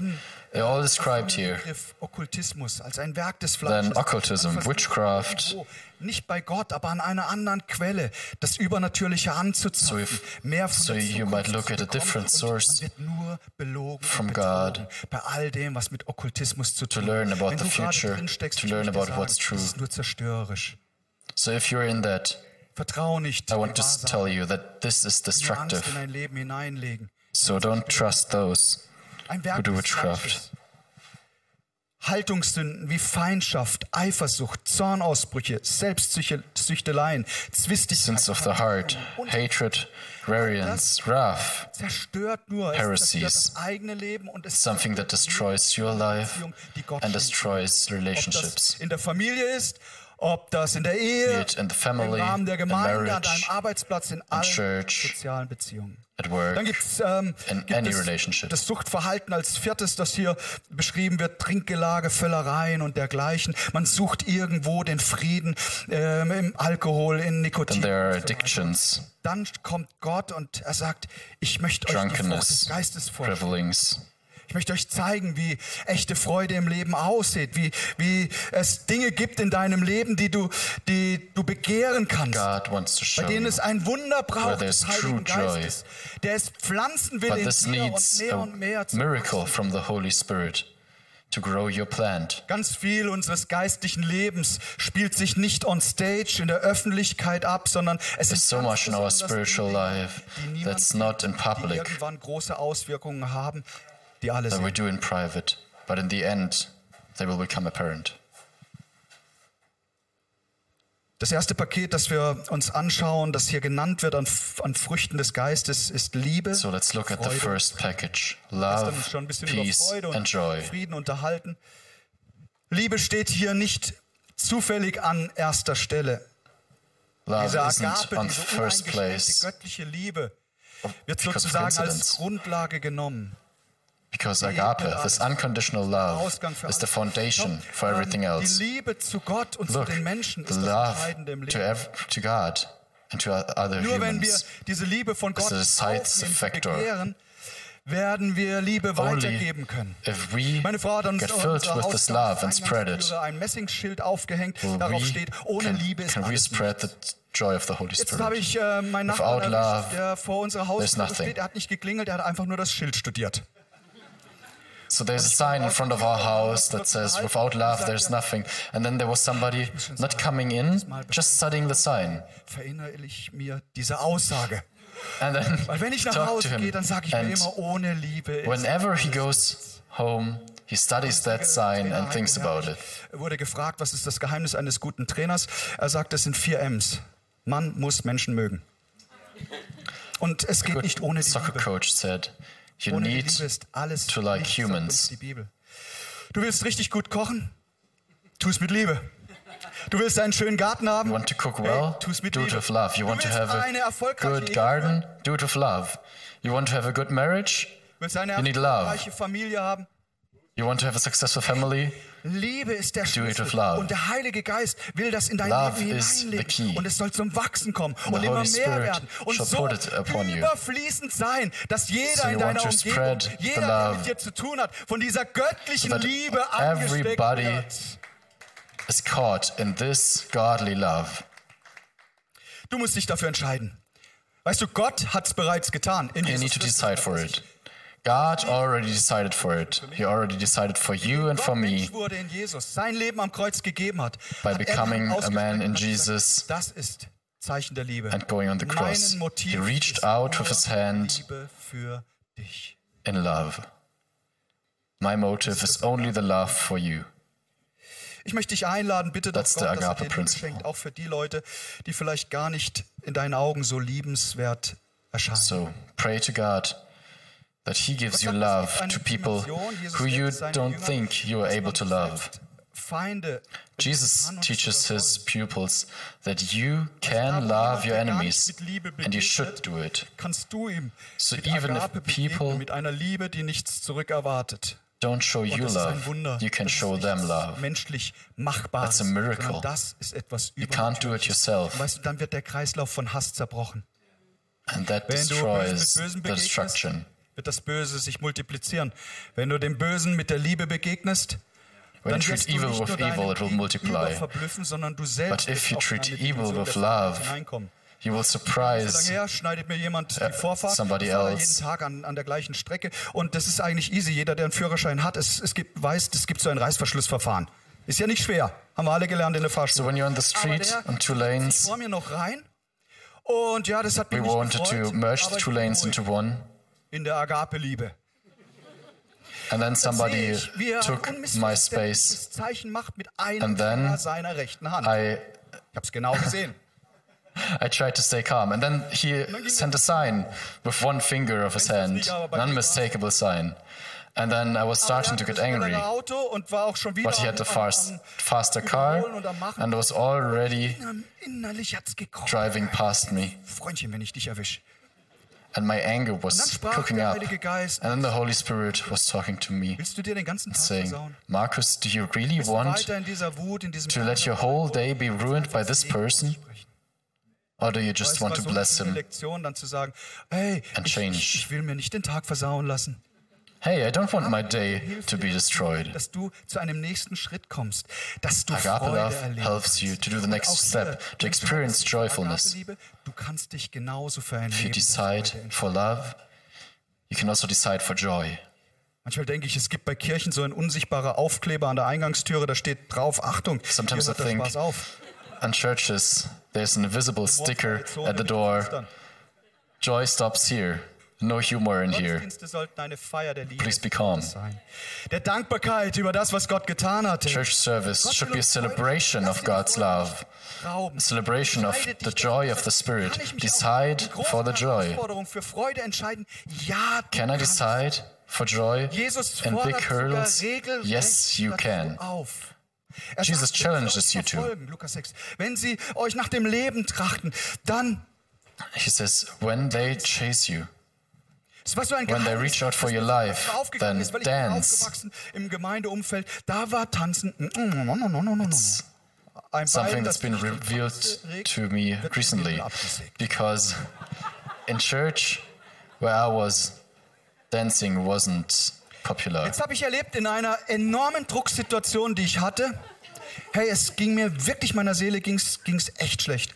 [SPEAKER 2] They're all described here.
[SPEAKER 3] Begriff Okkultismus als ein Werk des Fleisches.
[SPEAKER 2] Then occultism,
[SPEAKER 3] Man versucht,
[SPEAKER 2] witchcraft.
[SPEAKER 3] irgendwo, Nicht bei Gott, aber an einer anderen Quelle, das Übernatürliche anzuzapfen.
[SPEAKER 2] So if-
[SPEAKER 3] mehr von
[SPEAKER 2] so
[SPEAKER 3] der
[SPEAKER 2] you
[SPEAKER 3] Zukunft
[SPEAKER 2] might look
[SPEAKER 3] zu
[SPEAKER 2] at a
[SPEAKER 3] bekommen
[SPEAKER 2] different
[SPEAKER 3] und
[SPEAKER 2] source
[SPEAKER 3] Man wird nur belogen
[SPEAKER 2] from
[SPEAKER 3] und betrogen bei all dem, was mit Okkultismus zu tun hat.
[SPEAKER 2] learn about
[SPEAKER 3] Wenn
[SPEAKER 2] the
[SPEAKER 3] du gerade
[SPEAKER 2] future,
[SPEAKER 3] drinsteckst,
[SPEAKER 2] to
[SPEAKER 3] ich
[SPEAKER 2] learn
[SPEAKER 3] möchte
[SPEAKER 2] about
[SPEAKER 3] sagen,
[SPEAKER 2] what's true.
[SPEAKER 3] Das ist nur zerstörerisch.
[SPEAKER 2] So if you're in that,
[SPEAKER 3] Vertrau nicht.
[SPEAKER 2] I want to
[SPEAKER 3] der Wahrsagerin,
[SPEAKER 2] tell you that this is
[SPEAKER 3] die Angst in
[SPEAKER 2] destructive.
[SPEAKER 3] dein Leben hineinlegen.
[SPEAKER 2] So don't trust those.
[SPEAKER 3] Ein Werk
[SPEAKER 2] Who do
[SPEAKER 3] des
[SPEAKER 2] witchcraft.
[SPEAKER 3] Fleisches. Haltungssünden wie Feindschaft, Eifersucht, Zornausbrüche, Selbstsüchteleien, Zwistigkeiten,
[SPEAKER 2] Sins of the heart, hatred, variance, wrath,
[SPEAKER 3] zerstört nur es zerstört
[SPEAKER 2] heresies.
[SPEAKER 3] das eigene Leben und es
[SPEAKER 2] something that destroys your life and destroys
[SPEAKER 3] ob das
[SPEAKER 2] relationships.
[SPEAKER 3] in der Familie ist, ob das in der
[SPEAKER 2] Be
[SPEAKER 3] Ehe,
[SPEAKER 2] it in the family,
[SPEAKER 3] im Rahmen der
[SPEAKER 2] in
[SPEAKER 3] Gemeinde, an
[SPEAKER 2] marriage,
[SPEAKER 3] deinem Arbeitsplatz, in allen
[SPEAKER 2] church,
[SPEAKER 3] sozialen Beziehungen.
[SPEAKER 2] At
[SPEAKER 3] Dann
[SPEAKER 2] work,
[SPEAKER 3] gibt's, ähm,
[SPEAKER 2] In
[SPEAKER 3] gibt
[SPEAKER 2] any
[SPEAKER 3] es
[SPEAKER 2] relationship.
[SPEAKER 3] das Suchtverhalten als viertes, das hier beschrieben wird, Trinkgelage, Völlereien und dergleichen. Man sucht irgendwo den Frieden ähm, im Alkohol, in Nikotin.
[SPEAKER 2] and there are addictions,
[SPEAKER 3] Dann kommt Gott und er sagt, ich möchte euch die Frucht des
[SPEAKER 2] drunkenness,
[SPEAKER 3] Geistes vorstellen.
[SPEAKER 2] revelings.
[SPEAKER 3] Ich möchte euch zeigen, wie echte Freude im Leben aussieht, wie, wie es Dinge gibt in deinem Leben, die du, die du begehren kannst.
[SPEAKER 2] God wants to show
[SPEAKER 3] Bei denen
[SPEAKER 2] you.
[SPEAKER 3] es ein Wunder
[SPEAKER 2] where
[SPEAKER 3] braucht
[SPEAKER 2] there's
[SPEAKER 3] des Heiligen
[SPEAKER 2] true joy.
[SPEAKER 3] Geistes. Der es pflanzen will
[SPEAKER 2] But
[SPEAKER 3] in
[SPEAKER 2] this
[SPEAKER 3] dir und
[SPEAKER 2] needs
[SPEAKER 3] mehr und mehr
[SPEAKER 2] a
[SPEAKER 3] zu
[SPEAKER 2] miracle
[SPEAKER 3] wachsen.
[SPEAKER 2] from the Holy Spirit to grow your plant.
[SPEAKER 3] Ganz viel unseres geistlichen Lebens spielt sich nicht on stage in der Öffentlichkeit ab, sondern es
[SPEAKER 2] There's
[SPEAKER 3] ist
[SPEAKER 2] so
[SPEAKER 3] ganz
[SPEAKER 2] much in our
[SPEAKER 3] besonders die
[SPEAKER 2] spiritual
[SPEAKER 3] Dinge,
[SPEAKER 2] life
[SPEAKER 3] die niemand
[SPEAKER 2] that's
[SPEAKER 3] sieht,
[SPEAKER 2] not in
[SPEAKER 3] die
[SPEAKER 2] public,
[SPEAKER 3] irgendwann große Auswirkungen haben, die alle
[SPEAKER 2] that
[SPEAKER 3] sehen.
[SPEAKER 2] we do in private, but in the end, they will become apparent.
[SPEAKER 3] Das erste Paket, das wir uns anschauen, das hier genannt wird an, F- an Früchten des Geistes, ist Liebe.
[SPEAKER 2] So let's look at the
[SPEAKER 3] Freude.
[SPEAKER 2] first package
[SPEAKER 3] Wir haben uns
[SPEAKER 2] love,
[SPEAKER 3] schon ein bisschen über
[SPEAKER 2] Ah, peace,
[SPEAKER 3] Freude
[SPEAKER 2] and
[SPEAKER 3] und
[SPEAKER 2] joy.
[SPEAKER 3] Frieden unterhalten. Liebe steht hier nicht zufällig an erster Stelle.
[SPEAKER 2] Love
[SPEAKER 3] Diese
[SPEAKER 2] Ah, isn't
[SPEAKER 3] Agape,
[SPEAKER 2] on
[SPEAKER 3] diese
[SPEAKER 2] first
[SPEAKER 3] uneingeschränkte
[SPEAKER 2] place
[SPEAKER 3] göttliche Liebe wird
[SPEAKER 2] because of
[SPEAKER 3] sozusagen als
[SPEAKER 2] coincidence.
[SPEAKER 3] Grundlage genommen.
[SPEAKER 2] Because agape, this unconditional love,
[SPEAKER 3] Ausgang für
[SPEAKER 2] is the
[SPEAKER 3] alles.
[SPEAKER 2] foundation
[SPEAKER 3] Schau,
[SPEAKER 2] for everything
[SPEAKER 3] ähm,
[SPEAKER 2] else.
[SPEAKER 3] Die Liebe zu Gott und
[SPEAKER 2] Look,
[SPEAKER 3] zu den Menschen
[SPEAKER 2] the
[SPEAKER 3] ist das
[SPEAKER 2] love
[SPEAKER 3] Entscheidende im
[SPEAKER 2] to,
[SPEAKER 3] Leben.
[SPEAKER 2] ev- to God and to o- other
[SPEAKER 3] Nur wenn wir
[SPEAKER 2] humans
[SPEAKER 3] diese Liebe von Gott
[SPEAKER 2] the decisive
[SPEAKER 3] aufnehmen,
[SPEAKER 2] factor.
[SPEAKER 3] begehren, werden wir Liebe
[SPEAKER 2] only
[SPEAKER 3] weitergeben können.
[SPEAKER 2] if we
[SPEAKER 3] Meine Frau hat uns
[SPEAKER 2] get
[SPEAKER 3] auf
[SPEAKER 2] filled
[SPEAKER 3] unserer
[SPEAKER 2] with this love and spread it,
[SPEAKER 3] Ausgangseingangsflüre ein Messingschild aufgehängt,
[SPEAKER 2] will
[SPEAKER 3] darauf
[SPEAKER 2] we
[SPEAKER 3] steht, ohne
[SPEAKER 2] can,
[SPEAKER 3] Liebe ist
[SPEAKER 2] can we
[SPEAKER 3] alles
[SPEAKER 2] spread the
[SPEAKER 3] nichts.
[SPEAKER 2] joy of the Holy
[SPEAKER 3] Jetzt habe
[SPEAKER 2] Spirit.
[SPEAKER 3] ich äh, meinen Nachbarn
[SPEAKER 2] Without
[SPEAKER 3] erwischt,
[SPEAKER 2] love,
[SPEAKER 3] der vor unserer
[SPEAKER 2] there's
[SPEAKER 3] Haustür
[SPEAKER 2] nothing.
[SPEAKER 3] steht. Er hat nicht geklingelt, er hat einfach nur das Schild studiert.
[SPEAKER 2] So there's a sign in front of our house that says, without love, there's nothing. And then there was somebody not coming in, just studying the sign.
[SPEAKER 3] Verinnerlich mir diese Aussage.
[SPEAKER 2] And then
[SPEAKER 3] Weil wenn ich nach
[SPEAKER 2] talk to
[SPEAKER 3] Hause gehe,
[SPEAKER 2] him.
[SPEAKER 3] dann sage ich mir
[SPEAKER 2] And
[SPEAKER 3] immer, ohne Liebe ist
[SPEAKER 2] whenever he goes home, he studies that sign and thinks about it.
[SPEAKER 3] Er wurde gefragt, was ist das Geheimnis eines guten Trainers? Er sagt, es sind vier M's. Man muss Menschen mögen. Und es geht nicht ohne
[SPEAKER 2] Good
[SPEAKER 3] die
[SPEAKER 2] soccer
[SPEAKER 3] Liebe.
[SPEAKER 2] coach said, you
[SPEAKER 3] Ohne die
[SPEAKER 2] need
[SPEAKER 3] Liebe ist alles
[SPEAKER 2] to like
[SPEAKER 3] nichts, sagt uns
[SPEAKER 2] humans.
[SPEAKER 3] Die Bibel. Du willst richtig gut kochen? Tu es mit Liebe. Du willst einen schönen Garten haben?
[SPEAKER 2] You want to cook
[SPEAKER 3] hey,
[SPEAKER 2] well?
[SPEAKER 3] tu es mit
[SPEAKER 2] do it
[SPEAKER 3] Liebe.
[SPEAKER 2] with love. You
[SPEAKER 3] du
[SPEAKER 2] want to
[SPEAKER 3] willst
[SPEAKER 2] have
[SPEAKER 3] eine
[SPEAKER 2] a
[SPEAKER 3] erfolgreiche
[SPEAKER 2] good
[SPEAKER 3] Ehe
[SPEAKER 2] garden? Do it with love. You want to have a good marriage?
[SPEAKER 3] Du willst eine
[SPEAKER 2] You need
[SPEAKER 3] erfolgreiche Familie haben?
[SPEAKER 2] You want to have a successful family?
[SPEAKER 3] Liebe ist der
[SPEAKER 2] Do it
[SPEAKER 3] Schlüssel
[SPEAKER 2] with love.
[SPEAKER 3] und der Heilige Geist will das in dein
[SPEAKER 2] Love
[SPEAKER 3] Leben
[SPEAKER 2] is the
[SPEAKER 3] hineinlegen
[SPEAKER 2] key.
[SPEAKER 3] und es soll zum Wachsen kommen
[SPEAKER 2] the
[SPEAKER 3] und immer
[SPEAKER 2] Holy
[SPEAKER 3] mehr
[SPEAKER 2] Spirit
[SPEAKER 3] werden und
[SPEAKER 2] shall
[SPEAKER 3] so
[SPEAKER 2] put it upon you.
[SPEAKER 3] überfließend sein, dass
[SPEAKER 2] So
[SPEAKER 3] jeder in
[SPEAKER 2] you
[SPEAKER 3] deiner
[SPEAKER 2] want to
[SPEAKER 3] Umgebung,
[SPEAKER 2] spread the
[SPEAKER 3] jeder, der
[SPEAKER 2] love
[SPEAKER 3] mit dir zu tun hat, von dieser göttlichen
[SPEAKER 2] so that
[SPEAKER 3] Liebe angesteckt
[SPEAKER 2] everybody-
[SPEAKER 3] wird.
[SPEAKER 2] Is caught in this godly love.
[SPEAKER 3] Du musst dich dafür entscheiden. Weißt du, Gott hat es bereits getan. In
[SPEAKER 2] You
[SPEAKER 3] Jesus
[SPEAKER 2] need to
[SPEAKER 3] Christus.
[SPEAKER 2] decide for it. God already decided for it. He already decided for you and
[SPEAKER 3] Gott
[SPEAKER 2] for me
[SPEAKER 3] Mensch wurde in Jesus, sein Leben am Kreuz gegeben hat.
[SPEAKER 2] by
[SPEAKER 3] hat er dann
[SPEAKER 2] becoming a man
[SPEAKER 3] ausgestreckt
[SPEAKER 2] in
[SPEAKER 3] und hat gesagt,
[SPEAKER 2] Jesus
[SPEAKER 3] Das ist Zeichen der Liebe.
[SPEAKER 2] and going on the cross.
[SPEAKER 3] Mein Motiv
[SPEAKER 2] He reached
[SPEAKER 3] ist
[SPEAKER 2] out
[SPEAKER 3] nur
[SPEAKER 2] with his hand
[SPEAKER 3] Liebe für dich.
[SPEAKER 2] in love. My motive is only the love for you.
[SPEAKER 3] Ich möchte dich einladen, bitte
[SPEAKER 2] That's
[SPEAKER 3] dass
[SPEAKER 2] the
[SPEAKER 3] Gott, dass er
[SPEAKER 2] agape
[SPEAKER 3] dir Liebe
[SPEAKER 2] principle.
[SPEAKER 3] schenkt, auch für die Leute, die vielleicht gar nicht in deinen Augen so liebenswert erscheinen.
[SPEAKER 2] So pray to God that He gives you
[SPEAKER 3] Gott sagt, es gibt
[SPEAKER 2] love
[SPEAKER 3] eine
[SPEAKER 2] to people
[SPEAKER 3] Dimension. Jesus
[SPEAKER 2] who you
[SPEAKER 3] nennt seine
[SPEAKER 2] don't
[SPEAKER 3] Jünger,
[SPEAKER 2] think you are
[SPEAKER 3] dass
[SPEAKER 2] able
[SPEAKER 3] man
[SPEAKER 2] to love.
[SPEAKER 3] selbst Feinde
[SPEAKER 2] Jesus
[SPEAKER 3] kann und
[SPEAKER 2] teaches
[SPEAKER 3] soll.
[SPEAKER 2] his pupils that you
[SPEAKER 3] da, wo
[SPEAKER 2] can love
[SPEAKER 3] jemand,
[SPEAKER 2] your
[SPEAKER 3] der gar
[SPEAKER 2] enemies
[SPEAKER 3] nicht mit Liebe
[SPEAKER 2] and you
[SPEAKER 3] begegnet,
[SPEAKER 2] should do it.
[SPEAKER 3] kannst du ihm
[SPEAKER 2] So
[SPEAKER 3] mit
[SPEAKER 2] even if
[SPEAKER 3] Agape
[SPEAKER 2] people-
[SPEAKER 3] begegnen, mit einer Liebe, die nichts zurückerwartet.
[SPEAKER 2] Don't show
[SPEAKER 3] Und
[SPEAKER 2] you
[SPEAKER 3] das ist ein
[SPEAKER 2] love,
[SPEAKER 3] Wunder.
[SPEAKER 2] you can
[SPEAKER 3] das
[SPEAKER 2] show
[SPEAKER 3] ist
[SPEAKER 2] them
[SPEAKER 3] nichts
[SPEAKER 2] love.
[SPEAKER 3] Menschlich machbar.
[SPEAKER 2] That's a miracle.
[SPEAKER 3] Das ist etwas
[SPEAKER 2] You can't do it
[SPEAKER 3] Übernatürliches.
[SPEAKER 2] yourself.
[SPEAKER 3] Weißt du, dann wird der Kreislauf von Hass zerbrochen.
[SPEAKER 2] And that
[SPEAKER 3] Wenn du
[SPEAKER 2] destroys
[SPEAKER 3] Bösen mit Bösen
[SPEAKER 2] the
[SPEAKER 3] begegnest,
[SPEAKER 2] destruction.
[SPEAKER 3] wird das Böse sich multiplizieren. Wenn du dem Bösen mit der Liebe begegnest,
[SPEAKER 2] When you
[SPEAKER 3] dann
[SPEAKER 2] treat
[SPEAKER 3] wirst du nicht
[SPEAKER 2] evil
[SPEAKER 3] nur
[SPEAKER 2] with
[SPEAKER 3] deinen
[SPEAKER 2] evil, it will
[SPEAKER 3] Gegenüber
[SPEAKER 2] multiply.
[SPEAKER 3] verblüffen, sondern du selbst
[SPEAKER 2] But if
[SPEAKER 3] wirst
[SPEAKER 2] you
[SPEAKER 3] auch in
[SPEAKER 2] treat
[SPEAKER 3] eine
[SPEAKER 2] evil
[SPEAKER 3] Dimension
[SPEAKER 2] with
[SPEAKER 3] der Verblüffung
[SPEAKER 2] love,
[SPEAKER 3] hineinkommen.
[SPEAKER 2] You will
[SPEAKER 3] Lang
[SPEAKER 2] surprise
[SPEAKER 3] her schneidet mir jemand die Vorfahrt.
[SPEAKER 2] uh, somebody
[SPEAKER 3] Ich fahre
[SPEAKER 2] else.
[SPEAKER 3] jeden Tag an, an der gleichen Strecke. Und das ist eigentlich easy. Jeder, der einen Führerschein hat, es, es gibt, weiß, es gibt so ein Reißverschlussverfahren. Ist ja nicht schwer. Haben wir alle gelernt in der
[SPEAKER 2] So
[SPEAKER 3] Fahrschule.
[SPEAKER 2] when you're on the
[SPEAKER 3] Aber
[SPEAKER 2] street
[SPEAKER 3] der
[SPEAKER 2] on two
[SPEAKER 3] Ich
[SPEAKER 2] lanes,
[SPEAKER 3] vor mir noch rein. Und ja, das hat
[SPEAKER 2] we
[SPEAKER 3] mich nicht
[SPEAKER 2] wanted to
[SPEAKER 3] gefreut,
[SPEAKER 2] merge
[SPEAKER 3] aber
[SPEAKER 2] the
[SPEAKER 3] ich
[SPEAKER 2] two
[SPEAKER 3] bin
[SPEAKER 2] lanes
[SPEAKER 3] ruhig
[SPEAKER 2] into one,
[SPEAKER 3] in der Agape-Liebe.
[SPEAKER 2] and then somebody
[SPEAKER 3] Sehe ich, wie er
[SPEAKER 2] took
[SPEAKER 3] ein
[SPEAKER 2] my space.
[SPEAKER 3] unmissverständliches Zeichen macht mit einem
[SPEAKER 2] And then
[SPEAKER 3] Finger seiner rechten Hand.
[SPEAKER 2] I
[SPEAKER 3] ich habe es genau gesehen.
[SPEAKER 2] I tried to stay calm, and then he sent a sign with one finger of his hand, an unmistakable sign. And then I was starting to
[SPEAKER 3] Aber er
[SPEAKER 2] get
[SPEAKER 3] hatte das
[SPEAKER 2] angry,
[SPEAKER 3] schnellere Auto und war auch schon wieder
[SPEAKER 2] but he had a
[SPEAKER 3] am- am-
[SPEAKER 2] far,
[SPEAKER 3] am-
[SPEAKER 2] faster car and was already
[SPEAKER 3] Innern- Innerlich hat's gekocht.
[SPEAKER 2] driving past me,
[SPEAKER 3] Freundchen, wenn ich dich erwische.
[SPEAKER 2] and my anger
[SPEAKER 3] Und dann
[SPEAKER 2] was
[SPEAKER 3] sprach
[SPEAKER 2] cooking
[SPEAKER 3] der
[SPEAKER 2] up.
[SPEAKER 3] Heilige Geist,
[SPEAKER 2] And then the Holy Spirit was talking to me,
[SPEAKER 3] willst du dir den ganzen Tag
[SPEAKER 2] saying,
[SPEAKER 3] versauen?
[SPEAKER 2] Marcus, do you really
[SPEAKER 3] Bist du
[SPEAKER 2] want
[SPEAKER 3] weiter in dieser Wut, in diesem
[SPEAKER 2] to let your whole day be ruined by this person, or do you just want to bless
[SPEAKER 3] Eine
[SPEAKER 2] him?
[SPEAKER 3] Lektion, dann zu sagen, hey,
[SPEAKER 2] And
[SPEAKER 3] ich,
[SPEAKER 2] change.
[SPEAKER 3] ich, ich will mir nicht den Tag versauen lassen.
[SPEAKER 2] Hey, I don't want my day
[SPEAKER 3] Hilf
[SPEAKER 2] to
[SPEAKER 3] dir,
[SPEAKER 2] be destroyed.
[SPEAKER 3] Dass du zu einem nächsten Schritt kommst, dass du
[SPEAKER 2] Agape
[SPEAKER 3] Freude
[SPEAKER 2] love
[SPEAKER 3] erlebst.
[SPEAKER 2] helps you to do the
[SPEAKER 3] Und
[SPEAKER 2] next
[SPEAKER 3] auch
[SPEAKER 2] step,
[SPEAKER 3] hier,
[SPEAKER 2] to
[SPEAKER 3] wenn du
[SPEAKER 2] experience
[SPEAKER 3] sagst,
[SPEAKER 2] joyfulness.
[SPEAKER 3] Agape-Liebe, Du kannst dich genauso für ein
[SPEAKER 2] If you
[SPEAKER 3] Leben der
[SPEAKER 2] decide
[SPEAKER 3] Freude
[SPEAKER 2] for love, you can also decide for joy.
[SPEAKER 3] Manchmal denke ich, es gibt bei Kirchen so einen unsichtbaren Aufkleber an der Eingangstüre, da steht drauf, Achtung,
[SPEAKER 2] Sometimes
[SPEAKER 3] hier
[SPEAKER 2] I
[SPEAKER 3] hört der
[SPEAKER 2] think
[SPEAKER 3] Spaß auf.
[SPEAKER 2] On churches, there's an invisible sticker
[SPEAKER 3] Morgenfreizone
[SPEAKER 2] at the
[SPEAKER 3] mit
[SPEAKER 2] door.
[SPEAKER 3] Geschwistern.
[SPEAKER 2] Joy stops here. No humor in here.
[SPEAKER 3] Gottesdienste sollten eine Feier der Liebe
[SPEAKER 2] Please be calm.
[SPEAKER 3] sein. Der Dankbarkeit über das, was Gott getan hat.
[SPEAKER 2] Church service should be a celebration of God's love, a celebration of the joy of the Spirit. Decide for the joy.
[SPEAKER 3] Für Freude entscheiden. Ja, du
[SPEAKER 2] Can I
[SPEAKER 3] kannst.
[SPEAKER 2] decide for joy
[SPEAKER 3] Jesus
[SPEAKER 2] in
[SPEAKER 3] fordert
[SPEAKER 2] big
[SPEAKER 3] sogar
[SPEAKER 2] hurdles?
[SPEAKER 3] regelrecht
[SPEAKER 2] Yes, you
[SPEAKER 3] dazu
[SPEAKER 2] can.
[SPEAKER 3] auf. Er
[SPEAKER 2] Jesus
[SPEAKER 3] sagt, wenn sie
[SPEAKER 2] challenges
[SPEAKER 3] euch
[SPEAKER 2] you to.
[SPEAKER 3] verfolgen, Lukas 6. Wenn sie euch nach dem Leben trachten, dann,
[SPEAKER 2] He says, when they chase you,
[SPEAKER 3] das war so ein
[SPEAKER 2] When they
[SPEAKER 3] Geheimnis,
[SPEAKER 2] reach out for
[SPEAKER 3] das
[SPEAKER 2] your
[SPEAKER 3] mir so
[SPEAKER 2] life,
[SPEAKER 3] aufgegangen
[SPEAKER 2] then
[SPEAKER 3] ist, weil ich bin
[SPEAKER 2] dance.
[SPEAKER 3] aufgewachsen im Gemeindeumfeld, da war Tanzen mm, mm, no, no, no, no, no, no. ein
[SPEAKER 2] something
[SPEAKER 3] Bein,
[SPEAKER 2] that's
[SPEAKER 3] das
[SPEAKER 2] been
[SPEAKER 3] nicht den
[SPEAKER 2] revealed
[SPEAKER 3] Tanz regt,
[SPEAKER 2] to me
[SPEAKER 3] wird die Bibel
[SPEAKER 2] recently
[SPEAKER 3] abgesägt.
[SPEAKER 2] because in church where I was, dancing wasn't popular.
[SPEAKER 3] Jetzt habe ich erlebt in einer enormen Drucksituation, die ich hatte. Hey, es ging mir wirklich meiner Seele ging's ging's echt schlecht.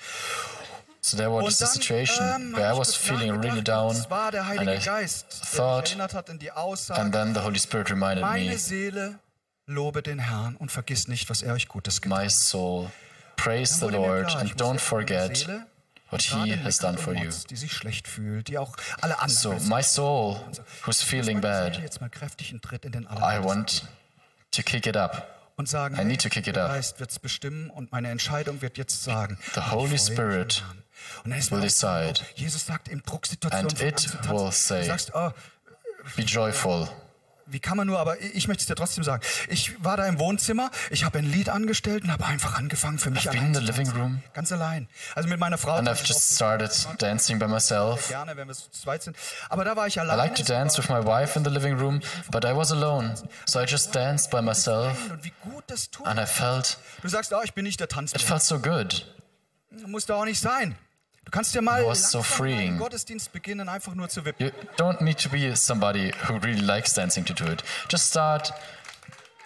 [SPEAKER 2] So there was a situation
[SPEAKER 3] ähm,
[SPEAKER 2] where I
[SPEAKER 3] hab ich
[SPEAKER 2] was
[SPEAKER 3] kurz
[SPEAKER 2] feeling really
[SPEAKER 3] nachgedacht,
[SPEAKER 2] down,
[SPEAKER 3] Es war der
[SPEAKER 2] and
[SPEAKER 3] Heilige
[SPEAKER 2] I
[SPEAKER 3] Geist, der mich
[SPEAKER 2] thought,
[SPEAKER 3] erinnert hat in die
[SPEAKER 2] and
[SPEAKER 3] Aussage:
[SPEAKER 2] then the Holy Spirit reminded me,
[SPEAKER 3] Meine Seele lobe den Herrn und vergiss nicht, was er euch Gutes getan
[SPEAKER 2] my soul, praise
[SPEAKER 3] hat.
[SPEAKER 2] the
[SPEAKER 3] Dann wurde mir
[SPEAKER 2] Lord,
[SPEAKER 3] klar, ich
[SPEAKER 2] and
[SPEAKER 3] muss
[SPEAKER 2] don't
[SPEAKER 3] jetzt meine
[SPEAKER 2] forget
[SPEAKER 3] Seele
[SPEAKER 2] what
[SPEAKER 3] gerade
[SPEAKER 2] He has done for you.
[SPEAKER 3] Motz, Die sich schlecht fühlt, die auch alle anderen.
[SPEAKER 2] So my soul, who's feeling bad,
[SPEAKER 3] Jetzt mal kräftig einen Tritt in den
[SPEAKER 2] I
[SPEAKER 3] Allerheiligen
[SPEAKER 2] want to kick it up.
[SPEAKER 3] und sagen,
[SPEAKER 2] I need to kick it
[SPEAKER 3] der
[SPEAKER 2] up.
[SPEAKER 3] Geist wird es bestimmen und meine Entscheidung wird jetzt sagen.
[SPEAKER 2] The Holy
[SPEAKER 3] ich freue mich
[SPEAKER 2] Spirit
[SPEAKER 3] am Herrn. und dann ist mir
[SPEAKER 2] will
[SPEAKER 3] aufgefallen,
[SPEAKER 2] decide.
[SPEAKER 3] oh, Jesus sagt im Drucksituation,
[SPEAKER 2] And
[SPEAKER 3] fang an
[SPEAKER 2] it
[SPEAKER 3] zu tanzen.
[SPEAKER 2] will say.
[SPEAKER 3] du sagst, oh,
[SPEAKER 2] Be joyful.
[SPEAKER 3] wie kann man nur, aber ich, ich möchte es dir trotzdem sagen. Ich war da im Wohnzimmer, ich habe ein Lied angestellt und habe einfach angefangen für mich
[SPEAKER 2] I've been
[SPEAKER 3] allein
[SPEAKER 2] in the
[SPEAKER 3] zu
[SPEAKER 2] living
[SPEAKER 3] tanzen.
[SPEAKER 2] room
[SPEAKER 3] Ganz allein. Also mit meiner Frau.
[SPEAKER 2] and
[SPEAKER 3] tanze
[SPEAKER 2] I've
[SPEAKER 3] ich
[SPEAKER 2] just
[SPEAKER 3] oft
[SPEAKER 2] started dancing by myself.
[SPEAKER 3] gerne, wenn wir zu zweit sind. Aber da war ich
[SPEAKER 2] I
[SPEAKER 3] allein.
[SPEAKER 2] like to dance with my wife in the living room, but I was alone, so I just danced by myself,
[SPEAKER 3] und wie gut das tut.
[SPEAKER 2] and I felt
[SPEAKER 3] Du sagst, oh, ich bin nicht der
[SPEAKER 2] it
[SPEAKER 3] Tanzmann.
[SPEAKER 2] felt so good.
[SPEAKER 3] Muss da auch nicht sein. Du kannst ja mal
[SPEAKER 2] It was so
[SPEAKER 3] langsam mal
[SPEAKER 2] freeing.
[SPEAKER 3] den Gottesdienst beginnen, einfach nur zu wippen.
[SPEAKER 2] You don't need to be somebody who really likes dancing to do it. Just start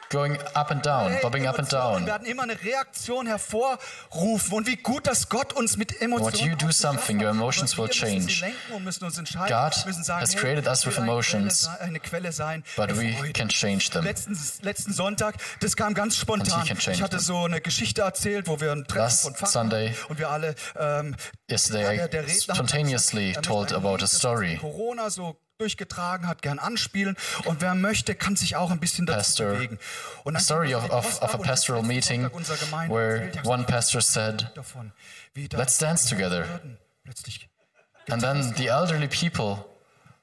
[SPEAKER 2] going up and down,
[SPEAKER 3] Hey,
[SPEAKER 2] bobbing up and down.
[SPEAKER 3] Emotionen werden immer eine Reaktion hervorrufen und wie gut, dass Gott uns mit Emotionen
[SPEAKER 2] What you do
[SPEAKER 3] auch geschaffen
[SPEAKER 2] something,
[SPEAKER 3] hat.
[SPEAKER 2] your emotions
[SPEAKER 3] Und wir
[SPEAKER 2] will
[SPEAKER 3] müssen sie
[SPEAKER 2] change.
[SPEAKER 3] lenken und müssen uns entscheiden,
[SPEAKER 2] God
[SPEAKER 3] müssen sagen,
[SPEAKER 2] has
[SPEAKER 3] hey,
[SPEAKER 2] created
[SPEAKER 3] ich
[SPEAKER 2] us
[SPEAKER 3] will
[SPEAKER 2] with
[SPEAKER 3] eine
[SPEAKER 2] emotions,
[SPEAKER 3] Quelle sein- eine Quelle sein,
[SPEAKER 2] But
[SPEAKER 3] der
[SPEAKER 2] we
[SPEAKER 3] Freude.
[SPEAKER 2] can change them.
[SPEAKER 3] Letzten, letzten Sonntag, das kam ganz spontan.
[SPEAKER 2] And he can change
[SPEAKER 3] Ich hatte
[SPEAKER 2] them.
[SPEAKER 3] so eine Geschichte erzählt, wo wir ein Treffen
[SPEAKER 2] Last
[SPEAKER 3] von Pfarrern
[SPEAKER 2] Sunday,
[SPEAKER 3] und wir alle ähm,
[SPEAKER 2] Yesterday,
[SPEAKER 3] der, der
[SPEAKER 2] I
[SPEAKER 3] Redner hat
[SPEAKER 2] spontaneously
[SPEAKER 3] gesagt, er
[SPEAKER 2] told
[SPEAKER 3] möchte ein
[SPEAKER 2] about
[SPEAKER 3] Lied,
[SPEAKER 2] a
[SPEAKER 3] das
[SPEAKER 2] story.
[SPEAKER 3] Corona so durchgetragen hat, gern anspielen und wer möchte, kann sich auch ein bisschen dazu
[SPEAKER 2] Pastor-
[SPEAKER 3] bewegen. Und
[SPEAKER 2] A
[SPEAKER 3] dann
[SPEAKER 2] story
[SPEAKER 3] kam
[SPEAKER 2] of,
[SPEAKER 3] die
[SPEAKER 2] of,
[SPEAKER 3] Post
[SPEAKER 2] of a
[SPEAKER 3] ab und hat
[SPEAKER 2] pastoral
[SPEAKER 3] letzten
[SPEAKER 2] meeting
[SPEAKER 3] Sonntag unserer Gemeinde
[SPEAKER 2] where
[SPEAKER 3] erzählt, ich hab's
[SPEAKER 2] one pastor said,
[SPEAKER 3] davon, wie da
[SPEAKER 2] Let's dance
[SPEAKER 3] die
[SPEAKER 2] together.
[SPEAKER 3] Behörden Plötzlich.
[SPEAKER 2] and then the elderly people,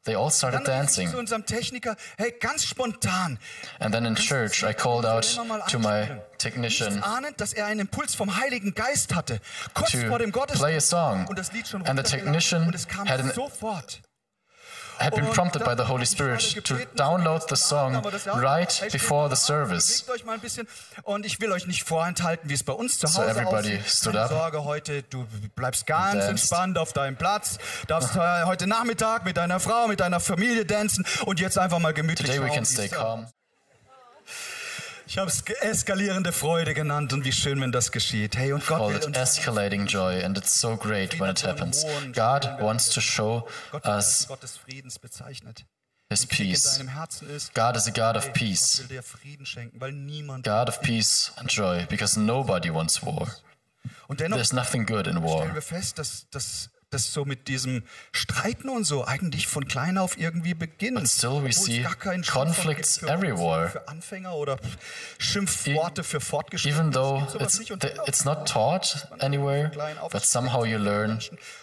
[SPEAKER 2] they all
[SPEAKER 3] Dann
[SPEAKER 2] started
[SPEAKER 3] rief ich
[SPEAKER 2] dancing.
[SPEAKER 3] zu unserem Techniker, hey, ganz spontan.
[SPEAKER 2] And then in church, I called out to my
[SPEAKER 3] Nicht
[SPEAKER 2] technician
[SPEAKER 3] ahnend, dass er einen Impuls vom Heiligen Geist hatte. Kurz vor dem
[SPEAKER 2] to play a
[SPEAKER 3] Gottesdienst.
[SPEAKER 2] song.
[SPEAKER 3] Und das Lied schon
[SPEAKER 2] And the
[SPEAKER 3] runtergeladen
[SPEAKER 2] technician
[SPEAKER 3] und es kam
[SPEAKER 2] had, an,
[SPEAKER 3] sofort.
[SPEAKER 2] had been
[SPEAKER 3] Und
[SPEAKER 2] prompted
[SPEAKER 3] dann
[SPEAKER 2] by the
[SPEAKER 3] hab
[SPEAKER 2] Holy
[SPEAKER 3] ich
[SPEAKER 2] Spirit
[SPEAKER 3] alle
[SPEAKER 2] to
[SPEAKER 3] gebeten,
[SPEAKER 2] download the
[SPEAKER 3] dass wir
[SPEAKER 2] song
[SPEAKER 3] haben, aber das- ja,
[SPEAKER 2] right
[SPEAKER 3] hey, steht
[SPEAKER 2] before
[SPEAKER 3] mal
[SPEAKER 2] the
[SPEAKER 3] auf,
[SPEAKER 2] service.
[SPEAKER 3] bewegt euch mal ein bisschen. Und ich will euch nicht vorenthalten, wie es bei uns zu Hause
[SPEAKER 2] So everybody
[SPEAKER 3] aussieht.
[SPEAKER 2] stood
[SPEAKER 3] Keine
[SPEAKER 2] up.
[SPEAKER 3] Sorge heute, du bleibst ganz
[SPEAKER 2] danced.
[SPEAKER 3] entspannt auf deinem Platz, darfst äh, heute Nachmittag mit deiner Frau, mit deiner Familie tanzen und jetzt einfach mal gemütlich
[SPEAKER 2] Today we
[SPEAKER 3] schauen,
[SPEAKER 2] can
[SPEAKER 3] wie
[SPEAKER 2] stay
[SPEAKER 3] es ab-
[SPEAKER 2] calm.
[SPEAKER 3] Ich habe es eskalierende Freude genannt und wie schön, wenn das geschieht. Hey, und Gott
[SPEAKER 2] Call
[SPEAKER 3] will
[SPEAKER 2] it
[SPEAKER 3] uns
[SPEAKER 2] escalating joy, and it's so great when it happens. God wants to show
[SPEAKER 3] Gott wird als
[SPEAKER 2] us
[SPEAKER 3] Gott des Friedens bezeichnet.
[SPEAKER 2] His
[SPEAKER 3] In
[SPEAKER 2] peace.
[SPEAKER 3] deinem Herzen ist,
[SPEAKER 2] God is a God
[SPEAKER 3] hey,
[SPEAKER 2] of
[SPEAKER 3] Gott
[SPEAKER 2] peace,
[SPEAKER 3] will dir Frieden schenken, weil niemand
[SPEAKER 2] God of peace and joy, because nobody wants war.
[SPEAKER 3] Und dennoch
[SPEAKER 2] There's nothing good in
[SPEAKER 3] stellen
[SPEAKER 2] war.
[SPEAKER 3] wir fest, dass das dass so mit diesem Streiten und so eigentlich von klein auf irgendwie beginnt.
[SPEAKER 2] But still we
[SPEAKER 3] Obwohl es
[SPEAKER 2] see
[SPEAKER 3] gar keinen Schimpfwort
[SPEAKER 2] conflicts
[SPEAKER 3] gibt für uns,
[SPEAKER 2] everywhere.
[SPEAKER 3] Für Anfänger oder Schimpfworte für
[SPEAKER 2] Even
[SPEAKER 3] Fortgeschrittene. Es
[SPEAKER 2] though
[SPEAKER 3] gibt sowas
[SPEAKER 2] it's,
[SPEAKER 3] nicht und genau dennoch
[SPEAKER 2] it's not taught anywhere, but somehow you learn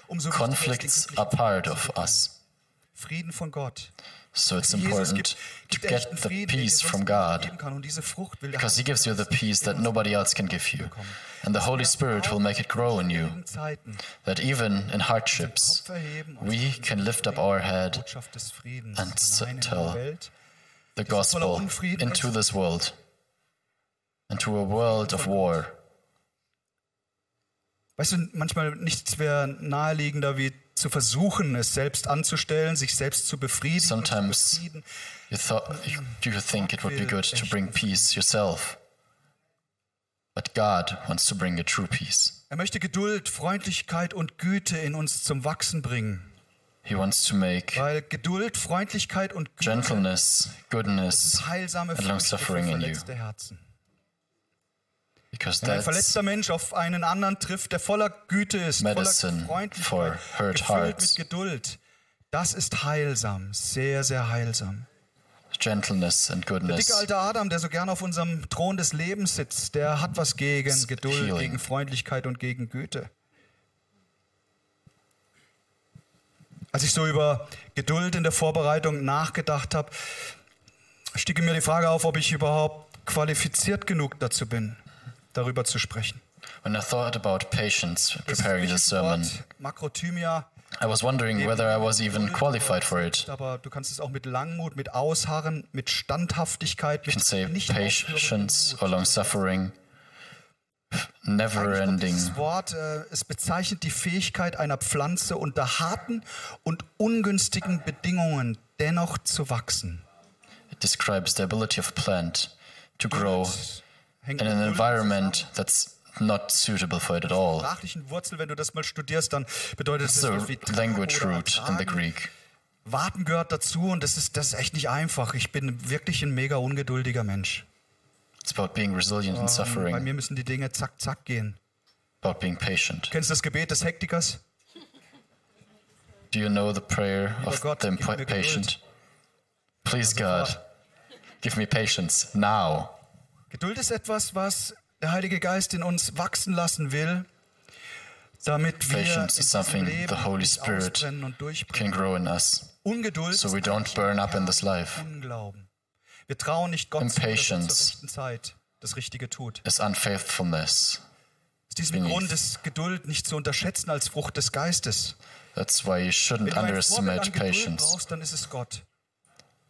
[SPEAKER 3] umso wichtiger ist,
[SPEAKER 2] conflicts
[SPEAKER 3] den
[SPEAKER 2] are
[SPEAKER 3] göttlichen
[SPEAKER 2] part of us.
[SPEAKER 3] Frieden von Gott.
[SPEAKER 2] So it's
[SPEAKER 3] Jesus
[SPEAKER 2] important
[SPEAKER 3] gibt,
[SPEAKER 2] to
[SPEAKER 3] gibt
[SPEAKER 2] get
[SPEAKER 3] echten
[SPEAKER 2] the
[SPEAKER 3] Frieden, den dir
[SPEAKER 2] peace
[SPEAKER 3] sonst
[SPEAKER 2] from
[SPEAKER 3] niemand
[SPEAKER 2] God
[SPEAKER 3] geben kann. Und diese Frucht will der
[SPEAKER 2] because He gives you the peace that nobody else can give you. And the Holy Spirit will make it grow in you,
[SPEAKER 3] in Zeiten
[SPEAKER 2] that even in hardships,
[SPEAKER 3] Kopf erheben und
[SPEAKER 2] we can lift up our head,
[SPEAKER 3] Botschaft des Friedens
[SPEAKER 2] and
[SPEAKER 3] hinein in die
[SPEAKER 2] tell
[SPEAKER 3] Welt.
[SPEAKER 2] the gospel, into this world, into a world of war.
[SPEAKER 3] Weißt du, manchmal nichts wäre naheliegender, wie zu versuchen, es selbst anzustellen, sich selbst zu befriedigen.
[SPEAKER 2] Sometimes
[SPEAKER 3] zu befrieden.
[SPEAKER 2] You thought, you, you think it would be good to bring peace yourself, but God wants to bring a true peace.
[SPEAKER 3] Er möchte Geduld, Freundlichkeit und Güte in uns zum Wachsen bringen.
[SPEAKER 2] He wants to make
[SPEAKER 3] Weil Geduld, Freundlichkeit und Güte
[SPEAKER 2] gentleness, goodness,
[SPEAKER 3] sind heilsame
[SPEAKER 2] and
[SPEAKER 3] Früchte
[SPEAKER 2] long
[SPEAKER 3] für
[SPEAKER 2] suffering in you,
[SPEAKER 3] verletzte Herzen.
[SPEAKER 2] because
[SPEAKER 3] Wenn ein
[SPEAKER 2] that's
[SPEAKER 3] verletzter Mensch auf einen anderen trifft, der voller Güte ist,
[SPEAKER 2] Medicine
[SPEAKER 3] voller Freundlichkeit,
[SPEAKER 2] for hurt
[SPEAKER 3] gefüllt
[SPEAKER 2] hearts.
[SPEAKER 3] mit Geduld, das ist heilsam, sehr, sehr heilsam.
[SPEAKER 2] gentleness and
[SPEAKER 3] Der
[SPEAKER 2] goodness.
[SPEAKER 3] dicke alte Adam, der so gern auf unserem Thron des Lebens sitzt, der hat was gegen Geduld,
[SPEAKER 2] healing.
[SPEAKER 3] gegen Freundlichkeit und gegen Güte. Als ich so über Geduld in der Vorbereitung nachgedacht habe, stiege mir die Frage auf, ob ich überhaupt qualifiziert genug dazu bin. darüber zu sprechen.
[SPEAKER 2] When I thought about patience
[SPEAKER 3] Das ist
[SPEAKER 2] preparing
[SPEAKER 3] ein
[SPEAKER 2] this
[SPEAKER 3] wichtiges
[SPEAKER 2] sermon,
[SPEAKER 3] Wort, Makrothymia.
[SPEAKER 2] I was wondering whether I was even qualified for it.
[SPEAKER 3] Aber du kannst es auch mit Langmut, mit Ausharren, mit Standhaftigkeit,
[SPEAKER 2] You
[SPEAKER 3] mit
[SPEAKER 2] can say
[SPEAKER 3] nicht
[SPEAKER 2] patience or
[SPEAKER 3] aufhörendem
[SPEAKER 2] long
[SPEAKER 3] Mut.
[SPEAKER 2] suffering, never
[SPEAKER 3] Eigentlich kommt
[SPEAKER 2] ending.
[SPEAKER 3] Dieses Wort, äh, es bezeichnet die Fähigkeit einer Pflanze unter harten und ungünstigen Bedingungen dennoch zu wachsen.
[SPEAKER 2] It describes the ability of a plant to grow
[SPEAKER 3] Hängt
[SPEAKER 2] in
[SPEAKER 3] mit
[SPEAKER 2] an
[SPEAKER 3] Null
[SPEAKER 2] environment that's not suitable for it at all.
[SPEAKER 3] sprachlichen Wurzel, wenn du das mal studierst, dann bedeutet
[SPEAKER 2] It's
[SPEAKER 3] das
[SPEAKER 2] the
[SPEAKER 3] so wie tragen
[SPEAKER 2] language
[SPEAKER 3] oder
[SPEAKER 2] root in the
[SPEAKER 3] ertragen.
[SPEAKER 2] Greek.
[SPEAKER 3] Warten gehört dazu und das ist, das ist echt nicht einfach. Ich bin wirklich ein mega ungeduldiger Mensch.
[SPEAKER 2] It's about being resilient in
[SPEAKER 3] Bei
[SPEAKER 2] suffering,
[SPEAKER 3] mir müssen die Dinge zack, zack gehen.
[SPEAKER 2] about being patient.
[SPEAKER 3] Kennst du das Gebet des Hektikers?
[SPEAKER 2] Do you know the prayer
[SPEAKER 3] Lieber
[SPEAKER 2] of
[SPEAKER 3] Gott,
[SPEAKER 2] the
[SPEAKER 3] gib mir Geduld.
[SPEAKER 2] patient? Please, God, give me patience now.
[SPEAKER 3] Geduld ist etwas, was der Heilige Geist in uns wachsen lassen will, damit wir in
[SPEAKER 2] Patience is something
[SPEAKER 3] diesem Leben
[SPEAKER 2] the Holy
[SPEAKER 3] nicht
[SPEAKER 2] Spirit
[SPEAKER 3] ausbrennen und durchbrennen.
[SPEAKER 2] Can grow in us
[SPEAKER 3] Ungeduld
[SPEAKER 2] so
[SPEAKER 3] ist
[SPEAKER 2] we don't burn up in this life.
[SPEAKER 3] Unglauben. Wir trauen nicht Gott zu, dass er zur
[SPEAKER 2] Impatience.
[SPEAKER 3] rechten Zeit das Richtige tut.
[SPEAKER 2] Is unfaithfulness.
[SPEAKER 3] Aus diesem
[SPEAKER 2] Beneath.
[SPEAKER 3] Grund ist Geduld nicht zu unterschätzen als Frucht des Geistes.
[SPEAKER 2] That's why you
[SPEAKER 3] Wenn
[SPEAKER 2] shouldn't
[SPEAKER 3] du ein Vorbild an
[SPEAKER 2] underestimate
[SPEAKER 3] Geduld
[SPEAKER 2] patience.
[SPEAKER 3] brauchst, dann ist es Gott.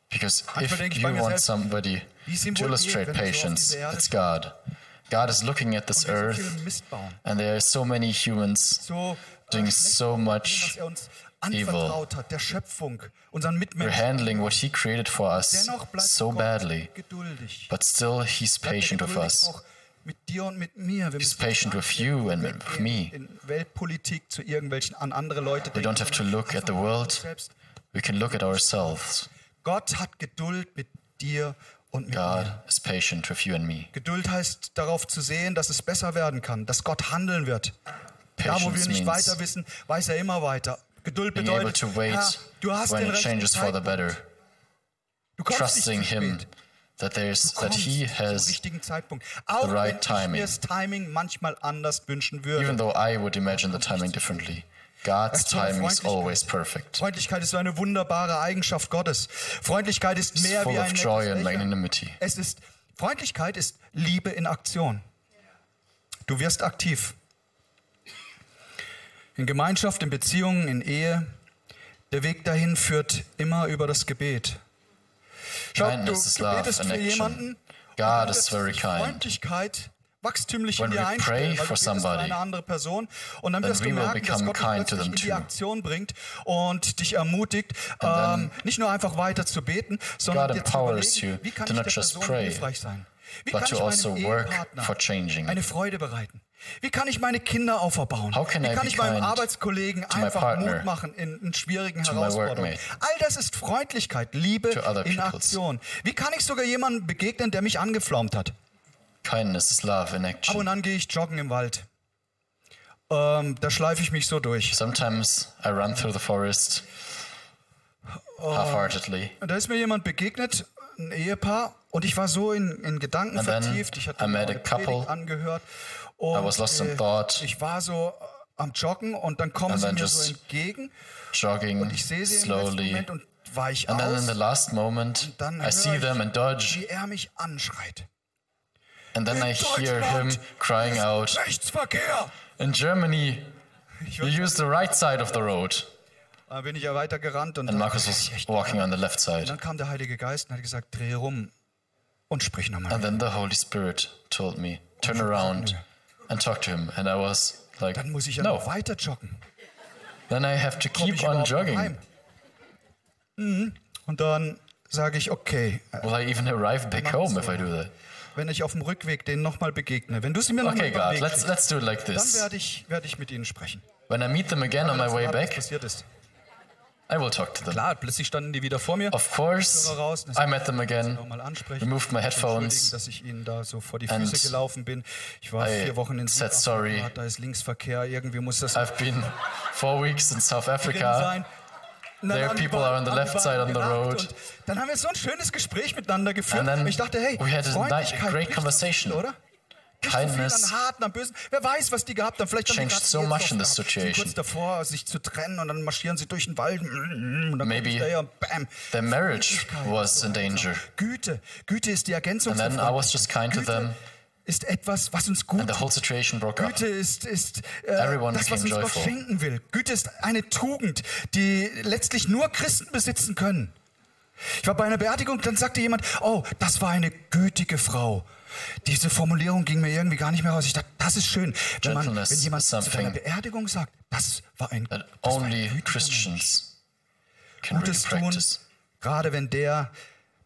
[SPEAKER 2] Because
[SPEAKER 3] Manchmal denke
[SPEAKER 2] if
[SPEAKER 3] ich bei
[SPEAKER 2] you
[SPEAKER 3] mir
[SPEAKER 2] want
[SPEAKER 3] selbst,
[SPEAKER 2] somebody
[SPEAKER 3] wie es ihm
[SPEAKER 2] to
[SPEAKER 3] wohl geht,
[SPEAKER 2] illustrate
[SPEAKER 3] wenn er so auf
[SPEAKER 2] patience,
[SPEAKER 3] dieser Erde
[SPEAKER 2] it's God. God is looking at this
[SPEAKER 3] Und wir so viel
[SPEAKER 2] earth,
[SPEAKER 3] Mist bauen.
[SPEAKER 2] and there are so many humans
[SPEAKER 3] So äh,
[SPEAKER 2] doing
[SPEAKER 3] schlecht
[SPEAKER 2] so
[SPEAKER 3] dem, was
[SPEAKER 2] much.
[SPEAKER 3] er uns
[SPEAKER 2] evil.
[SPEAKER 3] anvertraut hat, der Schöpfung, unseren
[SPEAKER 2] We're
[SPEAKER 3] Mitmenschen.
[SPEAKER 2] handling what He created for us
[SPEAKER 3] Dennoch bleibt
[SPEAKER 2] so
[SPEAKER 3] Gott
[SPEAKER 2] badly,
[SPEAKER 3] geduldig.
[SPEAKER 2] but still He's
[SPEAKER 3] Bleibt er
[SPEAKER 2] patient with
[SPEAKER 3] geduldig
[SPEAKER 2] us.
[SPEAKER 3] Auch mit dir und mit mir. Wir
[SPEAKER 2] He's
[SPEAKER 3] müssen
[SPEAKER 2] patient
[SPEAKER 3] nicht
[SPEAKER 2] with you and with
[SPEAKER 3] in-
[SPEAKER 2] me.
[SPEAKER 3] In Weltpolitik zu irgendwelchen an andere Leute
[SPEAKER 2] We don't have to look at the world.
[SPEAKER 3] Selbst
[SPEAKER 2] We can look at ourselves.
[SPEAKER 3] Gott hat Geduld mit dir und mit mir.
[SPEAKER 2] God is patient with you and me.
[SPEAKER 3] Geduld heißt darauf zu sehen, dass es besser werden kann, dass Gott handeln wird. Da, wo wir
[SPEAKER 2] Patience
[SPEAKER 3] nicht
[SPEAKER 2] means
[SPEAKER 3] weiter wissen, weiß er immer weiter. Geduld
[SPEAKER 2] Being able
[SPEAKER 3] bedeutet,
[SPEAKER 2] to
[SPEAKER 3] Herr,
[SPEAKER 2] wait
[SPEAKER 3] du hast
[SPEAKER 2] when
[SPEAKER 3] den
[SPEAKER 2] it
[SPEAKER 3] rechten
[SPEAKER 2] changes for the
[SPEAKER 3] Zeitpunkt.
[SPEAKER 2] better,
[SPEAKER 3] Du kommst nicht
[SPEAKER 2] trusting
[SPEAKER 3] zu
[SPEAKER 2] Him
[SPEAKER 3] spät.
[SPEAKER 2] that there's
[SPEAKER 3] kommt
[SPEAKER 2] that He
[SPEAKER 3] zum
[SPEAKER 2] has,
[SPEAKER 3] richtigen Zeitpunkt. Auch
[SPEAKER 2] the right
[SPEAKER 3] wenn ich
[SPEAKER 2] timing.
[SPEAKER 3] mir das Timing manchmal anders wünschen
[SPEAKER 2] even
[SPEAKER 3] würde.
[SPEAKER 2] though I would imagine the timing differently. God's
[SPEAKER 3] Erst zu einer
[SPEAKER 2] timing is
[SPEAKER 3] Freundlichkeit.
[SPEAKER 2] always perfect.
[SPEAKER 3] Freundlichkeit ist so eine wunderbare Eigenschaft Gottes. Freundlichkeit ist
[SPEAKER 2] It's
[SPEAKER 3] mehr
[SPEAKER 2] full
[SPEAKER 3] wie ein
[SPEAKER 2] of joy and
[SPEAKER 3] nettes Lächeln.
[SPEAKER 2] magnanimity.
[SPEAKER 3] Es ist Freundlichkeit ist Liebe in Aktion. Du wirst aktiv. In Gemeinschaft, in Beziehungen, in Ehe. Der Weg dahin führt immer über das Gebet. Schau, du
[SPEAKER 2] Kindness is love
[SPEAKER 3] gebetest
[SPEAKER 2] in
[SPEAKER 3] für
[SPEAKER 2] action.
[SPEAKER 3] jemanden.
[SPEAKER 2] God
[SPEAKER 3] und dann
[SPEAKER 2] is
[SPEAKER 3] wird
[SPEAKER 2] very
[SPEAKER 3] sich
[SPEAKER 2] kind.
[SPEAKER 3] Freundlichkeit wachstümlich
[SPEAKER 2] When
[SPEAKER 3] in
[SPEAKER 2] we
[SPEAKER 3] dir
[SPEAKER 2] pray
[SPEAKER 3] einstellen, weil du
[SPEAKER 2] for
[SPEAKER 3] betest für
[SPEAKER 2] somebody,
[SPEAKER 3] eine andere Person und dann
[SPEAKER 2] then
[SPEAKER 3] wirst du
[SPEAKER 2] we will
[SPEAKER 3] merken, dass
[SPEAKER 2] become
[SPEAKER 3] Gott dich
[SPEAKER 2] kind to
[SPEAKER 3] plötzlich
[SPEAKER 2] them
[SPEAKER 3] in die
[SPEAKER 2] too.
[SPEAKER 3] Aktion bringt und dich ermutigt,
[SPEAKER 2] And
[SPEAKER 3] ähm, nicht nur einfach weiter zu beten, sondern
[SPEAKER 2] God
[SPEAKER 3] dir zu
[SPEAKER 2] empowers
[SPEAKER 3] überlegen,
[SPEAKER 2] you
[SPEAKER 3] wie kann
[SPEAKER 2] to
[SPEAKER 3] ich der
[SPEAKER 2] not just
[SPEAKER 3] Person
[SPEAKER 2] pray,
[SPEAKER 3] hilfreich sein? Wie
[SPEAKER 2] but
[SPEAKER 3] kann
[SPEAKER 2] to
[SPEAKER 3] ich meinem
[SPEAKER 2] also work
[SPEAKER 3] Ehepartner
[SPEAKER 2] for changing.
[SPEAKER 3] eine Freude bereiten? Wie kann ich meine Kinder auferbauen?
[SPEAKER 2] How can
[SPEAKER 3] Wie
[SPEAKER 2] I
[SPEAKER 3] kann
[SPEAKER 2] be
[SPEAKER 3] ich meinem
[SPEAKER 2] kind
[SPEAKER 3] Arbeitskollegen
[SPEAKER 2] my
[SPEAKER 3] einfach
[SPEAKER 2] partner?
[SPEAKER 3] Mut machen in, in schwierigen
[SPEAKER 2] my
[SPEAKER 3] Herausforderungen?
[SPEAKER 2] workmate?
[SPEAKER 3] All das ist Freundlichkeit, Liebe
[SPEAKER 2] To other
[SPEAKER 3] in
[SPEAKER 2] peoples.
[SPEAKER 3] Aktion. Wie kann ich sogar jemandem begegnen, der mich angeflaumt hat?
[SPEAKER 2] Kindness is love in
[SPEAKER 3] Ab und
[SPEAKER 2] action.
[SPEAKER 3] an gehe ich joggen im Wald. Ähm, da schleife ich mich so durch.
[SPEAKER 2] Sometimes I run through the forest
[SPEAKER 3] Oh.
[SPEAKER 2] half-heartedly,
[SPEAKER 3] Und da ist mir jemand begegnet, ein Ehepaar, und ich war so in, in Gedanken
[SPEAKER 2] And then
[SPEAKER 3] vertieft. Ich hatte
[SPEAKER 2] I
[SPEAKER 3] mir
[SPEAKER 2] met a
[SPEAKER 3] eine Predigt
[SPEAKER 2] couple.
[SPEAKER 3] angehört. Und,
[SPEAKER 2] was lost in
[SPEAKER 3] äh,
[SPEAKER 2] thought.
[SPEAKER 3] Ich war so äh, am Joggen und dann kommen
[SPEAKER 2] And
[SPEAKER 3] sie
[SPEAKER 2] then
[SPEAKER 3] mir
[SPEAKER 2] just-
[SPEAKER 3] so entgegen.
[SPEAKER 2] jogging
[SPEAKER 3] Ich sehe sie im letzten
[SPEAKER 2] slowly.
[SPEAKER 3] Moment und weich
[SPEAKER 2] And then in
[SPEAKER 3] aus,
[SPEAKER 2] the last moment,
[SPEAKER 3] dann
[SPEAKER 2] I
[SPEAKER 3] höre
[SPEAKER 2] see
[SPEAKER 3] ich,
[SPEAKER 2] them and dodge,
[SPEAKER 3] wie er mich anschreit.
[SPEAKER 2] and then
[SPEAKER 3] In
[SPEAKER 2] I hear him
[SPEAKER 3] Deutschland
[SPEAKER 2] crying
[SPEAKER 3] ist
[SPEAKER 2] out,
[SPEAKER 3] Rechtsverkehr!
[SPEAKER 2] In Germany,
[SPEAKER 3] Ich
[SPEAKER 2] you
[SPEAKER 3] war,
[SPEAKER 2] use the right side of the road.
[SPEAKER 3] da bin ich ja weitergerannt und
[SPEAKER 2] And
[SPEAKER 3] dann,
[SPEAKER 2] Marcus was walking on the left side.
[SPEAKER 3] dann kam der Heilige Geist und hat gesagt, dreh rum und sprich nochmal.
[SPEAKER 2] And then the Holy Spirit told me, turn around and talk to him. And I was like,
[SPEAKER 3] Dann muss ich ja noch
[SPEAKER 2] no,
[SPEAKER 3] weiter joggen.
[SPEAKER 2] then I have to
[SPEAKER 3] Komm ich
[SPEAKER 2] keep on
[SPEAKER 3] überhaupt noch heim?
[SPEAKER 2] jogging.
[SPEAKER 3] Mhm. Und dann sage ich, okay, äh,
[SPEAKER 2] Will I even arrive back
[SPEAKER 3] Mach
[SPEAKER 2] home
[SPEAKER 3] so.
[SPEAKER 2] if I do that?
[SPEAKER 3] wenn ich auf dem Rückweg denen nochmal begegne, wenn du sie mir nochmal
[SPEAKER 2] Okay, God, let's,
[SPEAKER 3] begegnet,
[SPEAKER 2] let's do it like
[SPEAKER 3] dann
[SPEAKER 2] this.
[SPEAKER 3] werde ich, werde ich mit ihnen sprechen.
[SPEAKER 2] When I meet them again on my
[SPEAKER 3] Weil
[SPEAKER 2] way
[SPEAKER 3] das gerade
[SPEAKER 2] back,
[SPEAKER 3] passiert ist.
[SPEAKER 2] I will talk to them.
[SPEAKER 3] Klar, plötzlich standen die wieder vor mir.
[SPEAKER 2] Of course,
[SPEAKER 3] Kopfhörer raus, das
[SPEAKER 2] I met them again,
[SPEAKER 3] nochmal ansprechen.
[SPEAKER 2] removed my
[SPEAKER 3] Entschuldigen,
[SPEAKER 2] headphones,
[SPEAKER 3] dass ich Ihnen da so vor die
[SPEAKER 2] And
[SPEAKER 3] Füße gelaufen bin. Ich war
[SPEAKER 2] I
[SPEAKER 3] vier Wochen in
[SPEAKER 2] said
[SPEAKER 3] Südafrika,
[SPEAKER 2] sorry.
[SPEAKER 3] da ist Linksverkehr, irgendwie muss das
[SPEAKER 2] I've been four weeks in South
[SPEAKER 3] drin
[SPEAKER 2] Africa.
[SPEAKER 3] sein. Na,
[SPEAKER 2] There
[SPEAKER 3] dann
[SPEAKER 2] people
[SPEAKER 3] war-
[SPEAKER 2] are on the
[SPEAKER 3] dann
[SPEAKER 2] left
[SPEAKER 3] war
[SPEAKER 2] side on the
[SPEAKER 3] gelacht
[SPEAKER 2] road.
[SPEAKER 3] und Dann haben wir so ein schönes Gespräch miteinander geführt.
[SPEAKER 2] And then
[SPEAKER 3] Und ich dachte, hey,
[SPEAKER 2] we had a ni-
[SPEAKER 3] Freundlichkeit,
[SPEAKER 2] great
[SPEAKER 3] nicht so
[SPEAKER 2] conversation.
[SPEAKER 3] Viel, oder? Nicht So
[SPEAKER 2] Kindness
[SPEAKER 3] viel an Harten, am Bösen. Wer weiß, was die gehabt haben. Vielleicht haben die
[SPEAKER 2] changed
[SPEAKER 3] gerade
[SPEAKER 2] so
[SPEAKER 3] jetzt
[SPEAKER 2] much
[SPEAKER 3] was
[SPEAKER 2] in this
[SPEAKER 3] gehabt. Sind
[SPEAKER 2] situation.
[SPEAKER 3] Kurz davor, sich zu trennen und dann marschieren sie durch den Wald. Mm, Und dann
[SPEAKER 2] Maybe
[SPEAKER 3] kommt daher, bam.
[SPEAKER 2] their marriage
[SPEAKER 3] Freundlichkeit,
[SPEAKER 2] was
[SPEAKER 3] so
[SPEAKER 2] in
[SPEAKER 3] langsam.
[SPEAKER 2] danger.
[SPEAKER 3] Güte, Güte ist die Ergänzung.
[SPEAKER 2] And
[SPEAKER 3] zur
[SPEAKER 2] then I was
[SPEAKER 3] Freundlichkeit.
[SPEAKER 2] just kind to
[SPEAKER 3] Güte
[SPEAKER 2] them.
[SPEAKER 3] ist etwas, was uns gut
[SPEAKER 2] and the whole situation broke up.
[SPEAKER 3] Güte ist, ist äh,
[SPEAKER 2] Everyone
[SPEAKER 3] das, was uns
[SPEAKER 2] became
[SPEAKER 3] Gott
[SPEAKER 2] joyful.
[SPEAKER 3] schenken will. Güte ist eine Tugend, die letztlich nur Christen besitzen können. Ich war bei einer Beerdigung, dann sagte jemand, oh, das war eine gütige Frau. Diese Formulierung ging mir irgendwie gar nicht mehr raus. Ich dachte, das ist schön. Wenn, man,
[SPEAKER 2] Gentleness
[SPEAKER 3] wenn jemand
[SPEAKER 2] is
[SPEAKER 3] zu
[SPEAKER 2] something
[SPEAKER 3] einer Beerdigung sagt, das war ein, das
[SPEAKER 2] That
[SPEAKER 3] war ein
[SPEAKER 2] only
[SPEAKER 3] gütiger Mensch.
[SPEAKER 2] Christians can really
[SPEAKER 3] Gutes tun,
[SPEAKER 2] practice.
[SPEAKER 3] gerade wenn der,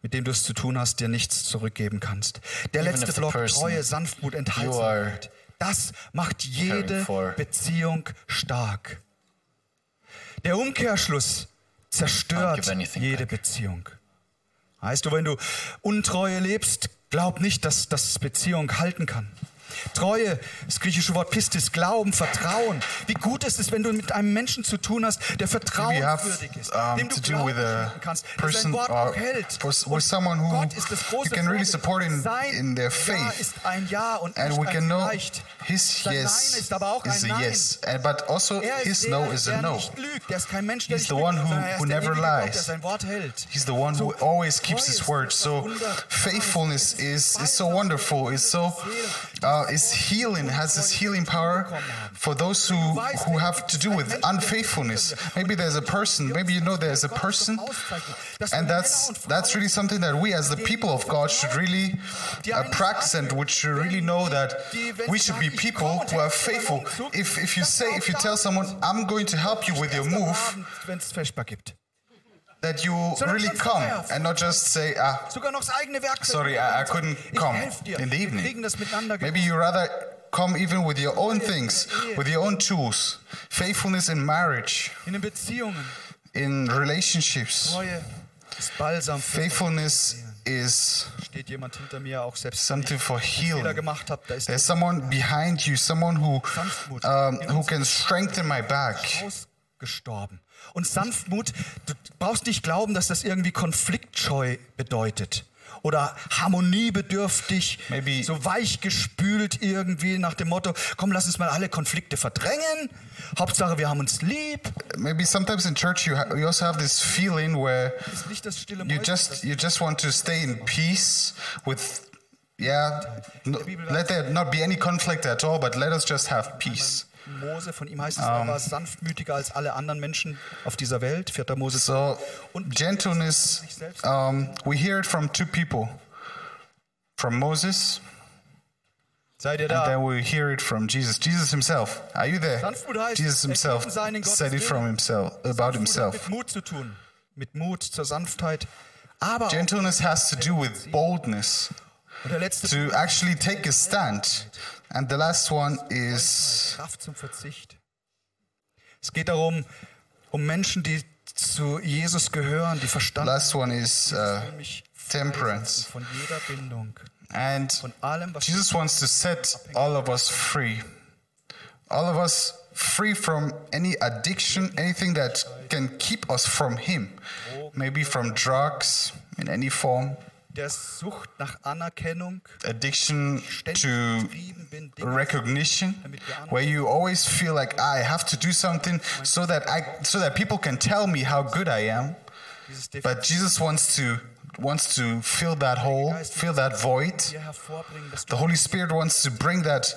[SPEAKER 3] mit dem du es zu tun hast, dir nichts zurückgeben kannst. Der
[SPEAKER 2] Even
[SPEAKER 3] letzte
[SPEAKER 2] if the
[SPEAKER 3] Block,
[SPEAKER 2] person
[SPEAKER 3] Treue, Sanftmut, Enthaltsamkeit, das macht jede
[SPEAKER 2] caring for-
[SPEAKER 3] Beziehung stark. Der Umkehrschluss zerstört
[SPEAKER 2] give anything
[SPEAKER 3] jede Beziehung. Heißt du, wenn du Untreue lebst, glaub nicht, dass das Beziehung halten kann. Treue, das griechische Wort Pistis, Glauben, Vertrauen. Wie gut ist es, wenn du mit einem Menschen zu tun hast, der
[SPEAKER 4] We have
[SPEAKER 3] vertrauenswürdig ist,
[SPEAKER 4] um,
[SPEAKER 3] dem du
[SPEAKER 4] to do
[SPEAKER 3] Glauben
[SPEAKER 4] with a
[SPEAKER 3] schenken kannst, der sein
[SPEAKER 4] person
[SPEAKER 3] Wort
[SPEAKER 4] or
[SPEAKER 3] auch hält.
[SPEAKER 4] for,
[SPEAKER 3] Und
[SPEAKER 4] with someone who
[SPEAKER 3] Gott ist das
[SPEAKER 4] you
[SPEAKER 3] große
[SPEAKER 4] can really
[SPEAKER 3] Vorbild.
[SPEAKER 4] support in,
[SPEAKER 3] Sein
[SPEAKER 4] in their
[SPEAKER 3] Ja
[SPEAKER 4] faith.
[SPEAKER 3] ist ein Ja und
[SPEAKER 4] And
[SPEAKER 3] nicht
[SPEAKER 4] we
[SPEAKER 3] ein
[SPEAKER 4] can know
[SPEAKER 3] Vielleicht.
[SPEAKER 4] his
[SPEAKER 3] Sein Nein
[SPEAKER 4] yes
[SPEAKER 3] ist aber auch ein
[SPEAKER 4] is a
[SPEAKER 3] Nein.
[SPEAKER 4] yes, and, but also
[SPEAKER 3] Er ist
[SPEAKER 4] his
[SPEAKER 3] der,
[SPEAKER 4] no is a
[SPEAKER 3] der
[SPEAKER 4] no.
[SPEAKER 3] nicht lügt. Er ist kein Mensch, der
[SPEAKER 4] He's
[SPEAKER 3] nicht
[SPEAKER 4] the
[SPEAKER 3] lügt,
[SPEAKER 4] one who-
[SPEAKER 3] sondern er
[SPEAKER 4] who
[SPEAKER 3] ist der
[SPEAKER 4] never
[SPEAKER 3] ewige Gott,
[SPEAKER 4] lies.
[SPEAKER 3] der sein Wort hält.
[SPEAKER 4] He's the one who
[SPEAKER 3] So,
[SPEAKER 4] always
[SPEAKER 3] Treue
[SPEAKER 4] keeps his
[SPEAKER 3] ist
[SPEAKER 4] word.
[SPEAKER 3] etwas
[SPEAKER 4] So
[SPEAKER 3] Wunderbares.
[SPEAKER 4] faithfulness
[SPEAKER 3] Es
[SPEAKER 4] is, is so
[SPEAKER 3] Balsam
[SPEAKER 4] wonderful.
[SPEAKER 3] für
[SPEAKER 4] It's
[SPEAKER 3] unsere
[SPEAKER 4] so
[SPEAKER 3] Seele.
[SPEAKER 4] uh, is healing has this healing power for those who who have to do with unfaithfulness. Maybe there's a person. Maybe you know there's a person, and that's that's really something that we as the people of God should really uh, practice and we should really know that we should be people who are faithful. If if you say if you tell someone I'm going to help you with your move,
[SPEAKER 3] Wenn es Flashback gibt.
[SPEAKER 4] that you really come and not just say ah
[SPEAKER 3] Sogar noch das eigene Werkzeug.
[SPEAKER 4] Sorry, I, I couldn't
[SPEAKER 3] Ich
[SPEAKER 4] come
[SPEAKER 3] helf dir.
[SPEAKER 4] in the
[SPEAKER 3] Wir kriegen
[SPEAKER 4] evening.
[SPEAKER 3] das miteinander
[SPEAKER 4] Maybe you rather come even with your own things, with your own tools. Faithfulness in marriage,
[SPEAKER 3] in den Beziehungen.
[SPEAKER 4] in relationships.
[SPEAKER 3] Treue ist Balsam für
[SPEAKER 4] Faithfulness is
[SPEAKER 3] steht jemand hinter mir auch selbst. wenn ich
[SPEAKER 4] something for
[SPEAKER 3] Fehler
[SPEAKER 4] healing.
[SPEAKER 3] gemacht habe, da ist
[SPEAKER 4] There's someone behind you, someone who um, who can strengthen my back.
[SPEAKER 3] ausgestorben. Und Sanftmut, du brauchst nicht glauben, dass das irgendwie konfliktscheu bedeutet. Oder harmoniebedürftig,
[SPEAKER 4] Maybe-
[SPEAKER 3] so weich gespült irgendwie nach dem Motto, komm, lass uns mal alle Konflikte verdrängen. Hauptsache, wir haben uns lieb.
[SPEAKER 4] Maybe sometimes in church you ha- you also have this feeling where
[SPEAKER 3] Ist nicht das stille
[SPEAKER 4] you
[SPEAKER 3] Mäuschen, das
[SPEAKER 4] just you just want to stay in peace with yeah no, let there not be any conflict at all but let us just have peace
[SPEAKER 3] Mose, von ihm heißt es,
[SPEAKER 4] Um,
[SPEAKER 3] er war sanftmütiger als alle anderen Menschen auf dieser Welt. 4. Mose
[SPEAKER 4] so gentleness um, we hear it from two people from moses
[SPEAKER 3] Seid ihr
[SPEAKER 4] and
[SPEAKER 3] da?
[SPEAKER 4] then we hear it from jesus jesus himself are you there jesus himself said it from himself about
[SPEAKER 3] Sanftmut hat mit
[SPEAKER 4] himself
[SPEAKER 3] Mut zu tun. Mit Mut zur Sanftheit. Aber auch,
[SPEAKER 4] gentleness has to do with boldness
[SPEAKER 3] und der letzte
[SPEAKER 4] to actually take a stand and the last one is
[SPEAKER 3] Kraft zum Verzicht. Es geht darum, um Menschen, die zu Jesus gehören, die verstanden
[SPEAKER 4] Last one is uh,
[SPEAKER 3] will mich frei
[SPEAKER 4] temperance.
[SPEAKER 3] setzen von jeder Bindung,
[SPEAKER 4] And
[SPEAKER 3] von allem, was
[SPEAKER 4] Jesus wants to set all of us free. All of us free from any addiction, anything that can keep us from Him. Maybe from drugs in any form,
[SPEAKER 3] der Sucht nach Anerkennung
[SPEAKER 4] addiction to
[SPEAKER 3] getrieben bin, Dinge
[SPEAKER 4] recognition where you always feel like "Ah, I have to do something so that I so that people can tell me how good I am
[SPEAKER 3] dieses
[SPEAKER 4] but Jesus wants to wants to fill that hole fill that void
[SPEAKER 3] Defizit hervorbringen, dass du,
[SPEAKER 4] The Holy Spirit wants to bring that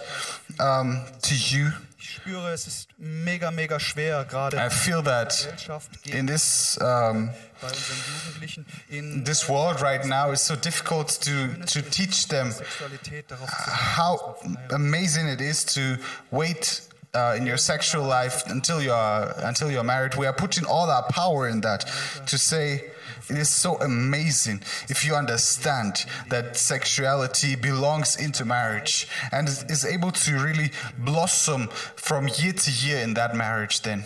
[SPEAKER 4] um, to you.
[SPEAKER 3] ich spüre, es ist mega, mega schwer, gerade
[SPEAKER 4] I
[SPEAKER 3] in
[SPEAKER 4] feel
[SPEAKER 3] der
[SPEAKER 4] that
[SPEAKER 3] Gesellschaft,
[SPEAKER 4] in
[SPEAKER 3] geht
[SPEAKER 4] this um,
[SPEAKER 3] bei unseren Jugendlichen, in
[SPEAKER 4] this world right now, it's so difficult to to teach them
[SPEAKER 3] Sexualität darauf zu
[SPEAKER 4] uh, how amazing it is to wait. Uh, in your sexual life until you are until you're married we are putting all our power in that to say it is so amazing if you understand that sexuality belongs into marriage and is is able to really blossom from year to year in that marriage then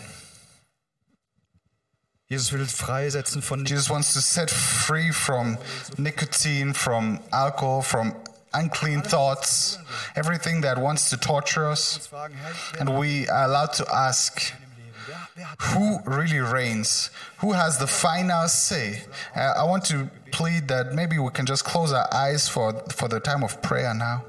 [SPEAKER 3] Jesus will freisetzen von
[SPEAKER 4] jesus wants to set free from nicotine from alcohol from unclean thoughts everything that wants to torture us
[SPEAKER 3] Fragen. Herr, ich werde
[SPEAKER 4] And we are allowed to ask
[SPEAKER 3] im Leben. Wer, wer hat
[SPEAKER 4] who really reigns? Who has the final say? Uh, I want to plead that maybe we can just close our eyes for, for the time of prayer now.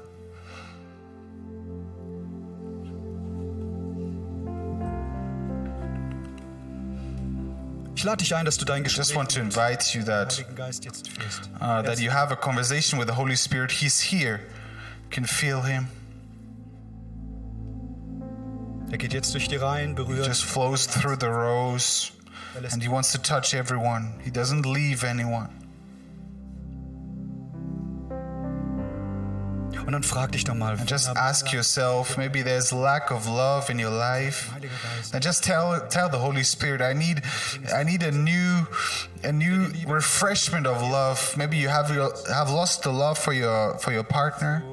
[SPEAKER 3] Ich lade dich ein, dass du dein Gespräch
[SPEAKER 4] Just
[SPEAKER 3] mit
[SPEAKER 4] want to invite you
[SPEAKER 3] dem
[SPEAKER 4] that, Ah,
[SPEAKER 3] Heiligen Geist jetzt führst.
[SPEAKER 4] uh, that you have a conversation with the Holy Spirit. He's here. can feel Him.
[SPEAKER 3] Er geht jetzt durch die Reihen,
[SPEAKER 4] He
[SPEAKER 3] berührt.
[SPEAKER 4] just flows through the rows and He wants to touch everyone. He doesn't leave anyone.
[SPEAKER 3] Und dann frag dich doch mal,
[SPEAKER 4] And just ask yourself maybe there's lack of love in your life and just tell tell the holy spirit i need i need a new a new refreshment of love maybe you have your have lost the love for your for your partner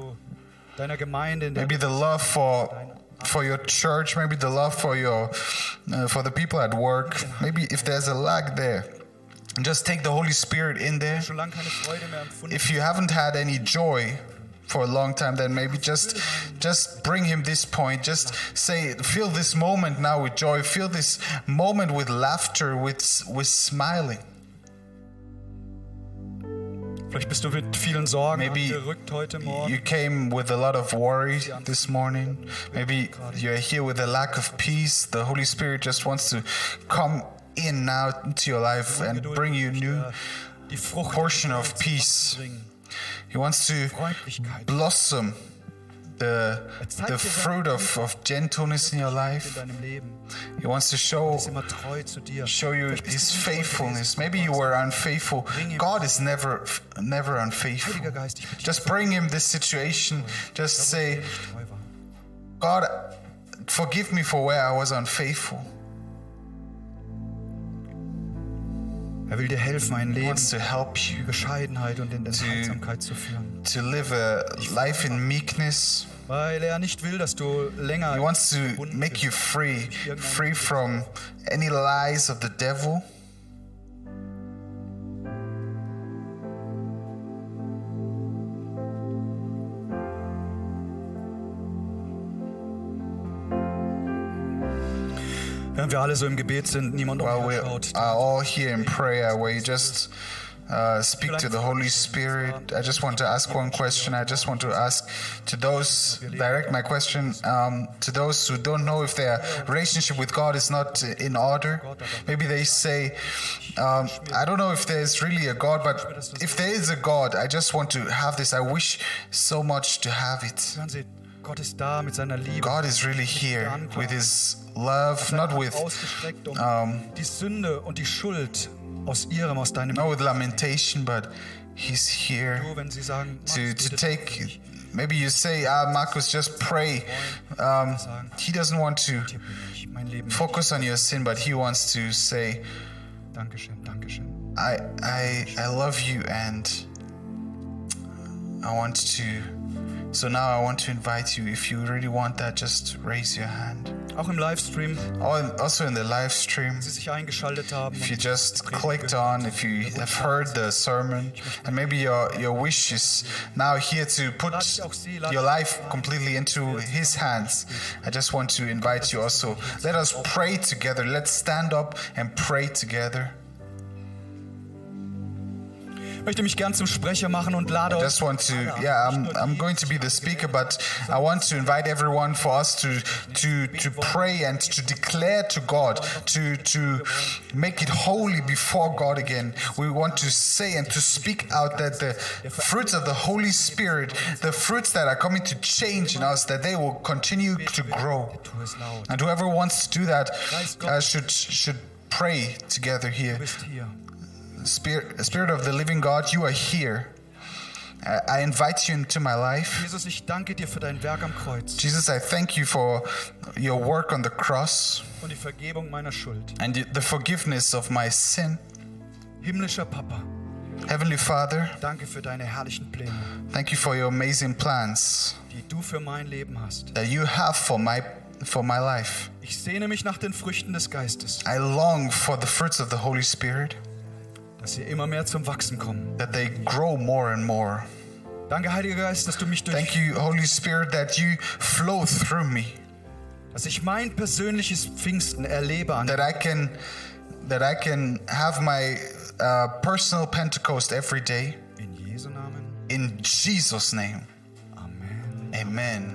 [SPEAKER 3] deiner Gemeinde, in der
[SPEAKER 4] maybe the love for for your church maybe the love for your uh, for the people at work maybe if there's a lack there just take the holy spirit in there
[SPEAKER 3] schon lange keine Freude mehr empfunden
[SPEAKER 4] if you haven't had any joy for a long time then maybe just just bring him this point just say feel this moment now with joy feel this moment with laughter with with smiling
[SPEAKER 3] Vielleicht bist du mit vielen Sorgen
[SPEAKER 4] Maybe
[SPEAKER 3] gerückt heute Morgen.
[SPEAKER 4] you came with a lot of worry this morning maybe you're here with a lack of peace the holy spirit just wants to come in now to your life and bring you new
[SPEAKER 3] die Frucht
[SPEAKER 4] portion of
[SPEAKER 3] des Geistes
[SPEAKER 4] peace.
[SPEAKER 3] bringen.
[SPEAKER 4] he wants to
[SPEAKER 3] Freundlichkeit
[SPEAKER 4] blossom the the fruit of, of gentleness in your
[SPEAKER 3] in
[SPEAKER 4] life
[SPEAKER 3] deinem Leben.
[SPEAKER 4] He wants to show
[SPEAKER 3] Ist immer treu zu dir.
[SPEAKER 4] show you
[SPEAKER 3] Vielleicht bist
[SPEAKER 4] his
[SPEAKER 3] du nicht treu
[SPEAKER 4] faithfulness.
[SPEAKER 3] gewesen.
[SPEAKER 4] Maybe you were unfaithful. God is never never unfaithful.
[SPEAKER 3] Heiliger Geist, ich bitte dich,
[SPEAKER 4] Just bring him this situation. Just say,
[SPEAKER 3] dass du treu warst.
[SPEAKER 4] God, forgive me for where I was unfaithful.
[SPEAKER 3] Er will dir helfen, ein
[SPEAKER 4] He
[SPEAKER 3] Leben
[SPEAKER 4] wants to help
[SPEAKER 3] in
[SPEAKER 4] you
[SPEAKER 3] Bescheidenheit und in
[SPEAKER 4] to-
[SPEAKER 3] Enthaltsamkeit zu führen.
[SPEAKER 4] to live a life in meekness.
[SPEAKER 3] Weil er nicht will, dass du länger
[SPEAKER 4] He wants to
[SPEAKER 3] gebunden
[SPEAKER 4] make you
[SPEAKER 3] bist.
[SPEAKER 4] free, free from any lies of the devil.
[SPEAKER 3] Während wir alle so im Gebet sind, niemand
[SPEAKER 4] While we
[SPEAKER 3] umherschaut.
[SPEAKER 4] Uh, are all here in prayer, where you just uh, speak to the Holy Spirit, I just want to ask one question. I just want to ask to those, direct my question um, to those who don't know if their relationship with God is not in order. Maybe they say, um, I don't know if there's really a God, but if there is a God, I just want to have this. I wish so much to have it.
[SPEAKER 3] Hören Sie, Gott ist da mit seiner Liebe.
[SPEAKER 4] God is really here with His love, not with
[SPEAKER 3] ausgestreckt, um
[SPEAKER 4] um,
[SPEAKER 3] die Sünde und die Schuld aus ihrem, aus deinem
[SPEAKER 4] not with lamentation, but He's here.
[SPEAKER 3] Nur wenn sie sagen, Max,
[SPEAKER 4] to,
[SPEAKER 3] bitte
[SPEAKER 4] to
[SPEAKER 3] tu
[SPEAKER 4] take
[SPEAKER 3] nicht.
[SPEAKER 4] maybe you say ah marcus just pray um, he doesn't want to
[SPEAKER 3] Tipp mir nicht, mein Leben.
[SPEAKER 4] focus on your sin but he wants to say
[SPEAKER 3] Dankeschön, Dankeschön.
[SPEAKER 4] i i i love you and i want to so now i want to invite you if you really want that just raise your hand
[SPEAKER 3] Auch im Livestream,
[SPEAKER 4] Al- also in the live stream
[SPEAKER 3] Sie sich eingeschaltet haben.
[SPEAKER 4] if you just clicked on, if you have heard the sermon, and maybe your, your wish is now here to put your life completely into His hands, I just want to invite you also. Let us pray together. Let's stand up and pray together.
[SPEAKER 3] Ich möchte mich gern zum Sprecher machen und lade
[SPEAKER 4] I
[SPEAKER 3] euch
[SPEAKER 4] just want to, yeah, I'm, I'm going to be the speaker, but I want to invite everyone for us to to to pray and to declare to God, to to make it holy before God again. We want to say and to speak out that the fruits of the Holy Spirit, the fruits that are coming to change in us, that they will continue to grow.
[SPEAKER 3] Tu es laut.
[SPEAKER 4] And whoever wants to do that uh, should should pray together here.
[SPEAKER 3] Du bist hier.
[SPEAKER 4] Spirit, Spirit of the living God, you are here. I, I invite you into my life.
[SPEAKER 3] Jesus, ich danke dir für dein Werk am Kreuz
[SPEAKER 4] Jesus, I thank you for your work on the cross
[SPEAKER 3] und die Vergebung meiner Schuld.
[SPEAKER 4] and the forgiveness of my sin.
[SPEAKER 3] Himmlischer Papa,
[SPEAKER 4] Heavenly Father,
[SPEAKER 3] danke für deine herrlichen Pläne,
[SPEAKER 4] thank you for your amazing plans
[SPEAKER 3] die du für mein Leben hast.
[SPEAKER 4] that you have for my for my life.
[SPEAKER 3] Ich sehne mich nach den Früchten des Geistes,
[SPEAKER 4] I long for the fruits of the Holy Spirit
[SPEAKER 3] dass sie immer mehr zum Wachsen kommen.
[SPEAKER 4] that they grow more and more.
[SPEAKER 3] Danke, Heiliger Geist, dass du mich durch
[SPEAKER 4] Thank you, Holy Spirit, that you flow through me,
[SPEAKER 3] dass ich mein persönliches Pfingsten erlebe an
[SPEAKER 4] that I can that I can have my uh, personal Pentecost every day.
[SPEAKER 3] in Jesu Namen.
[SPEAKER 4] In Jesus' name,
[SPEAKER 3] Amen.
[SPEAKER 4] amen.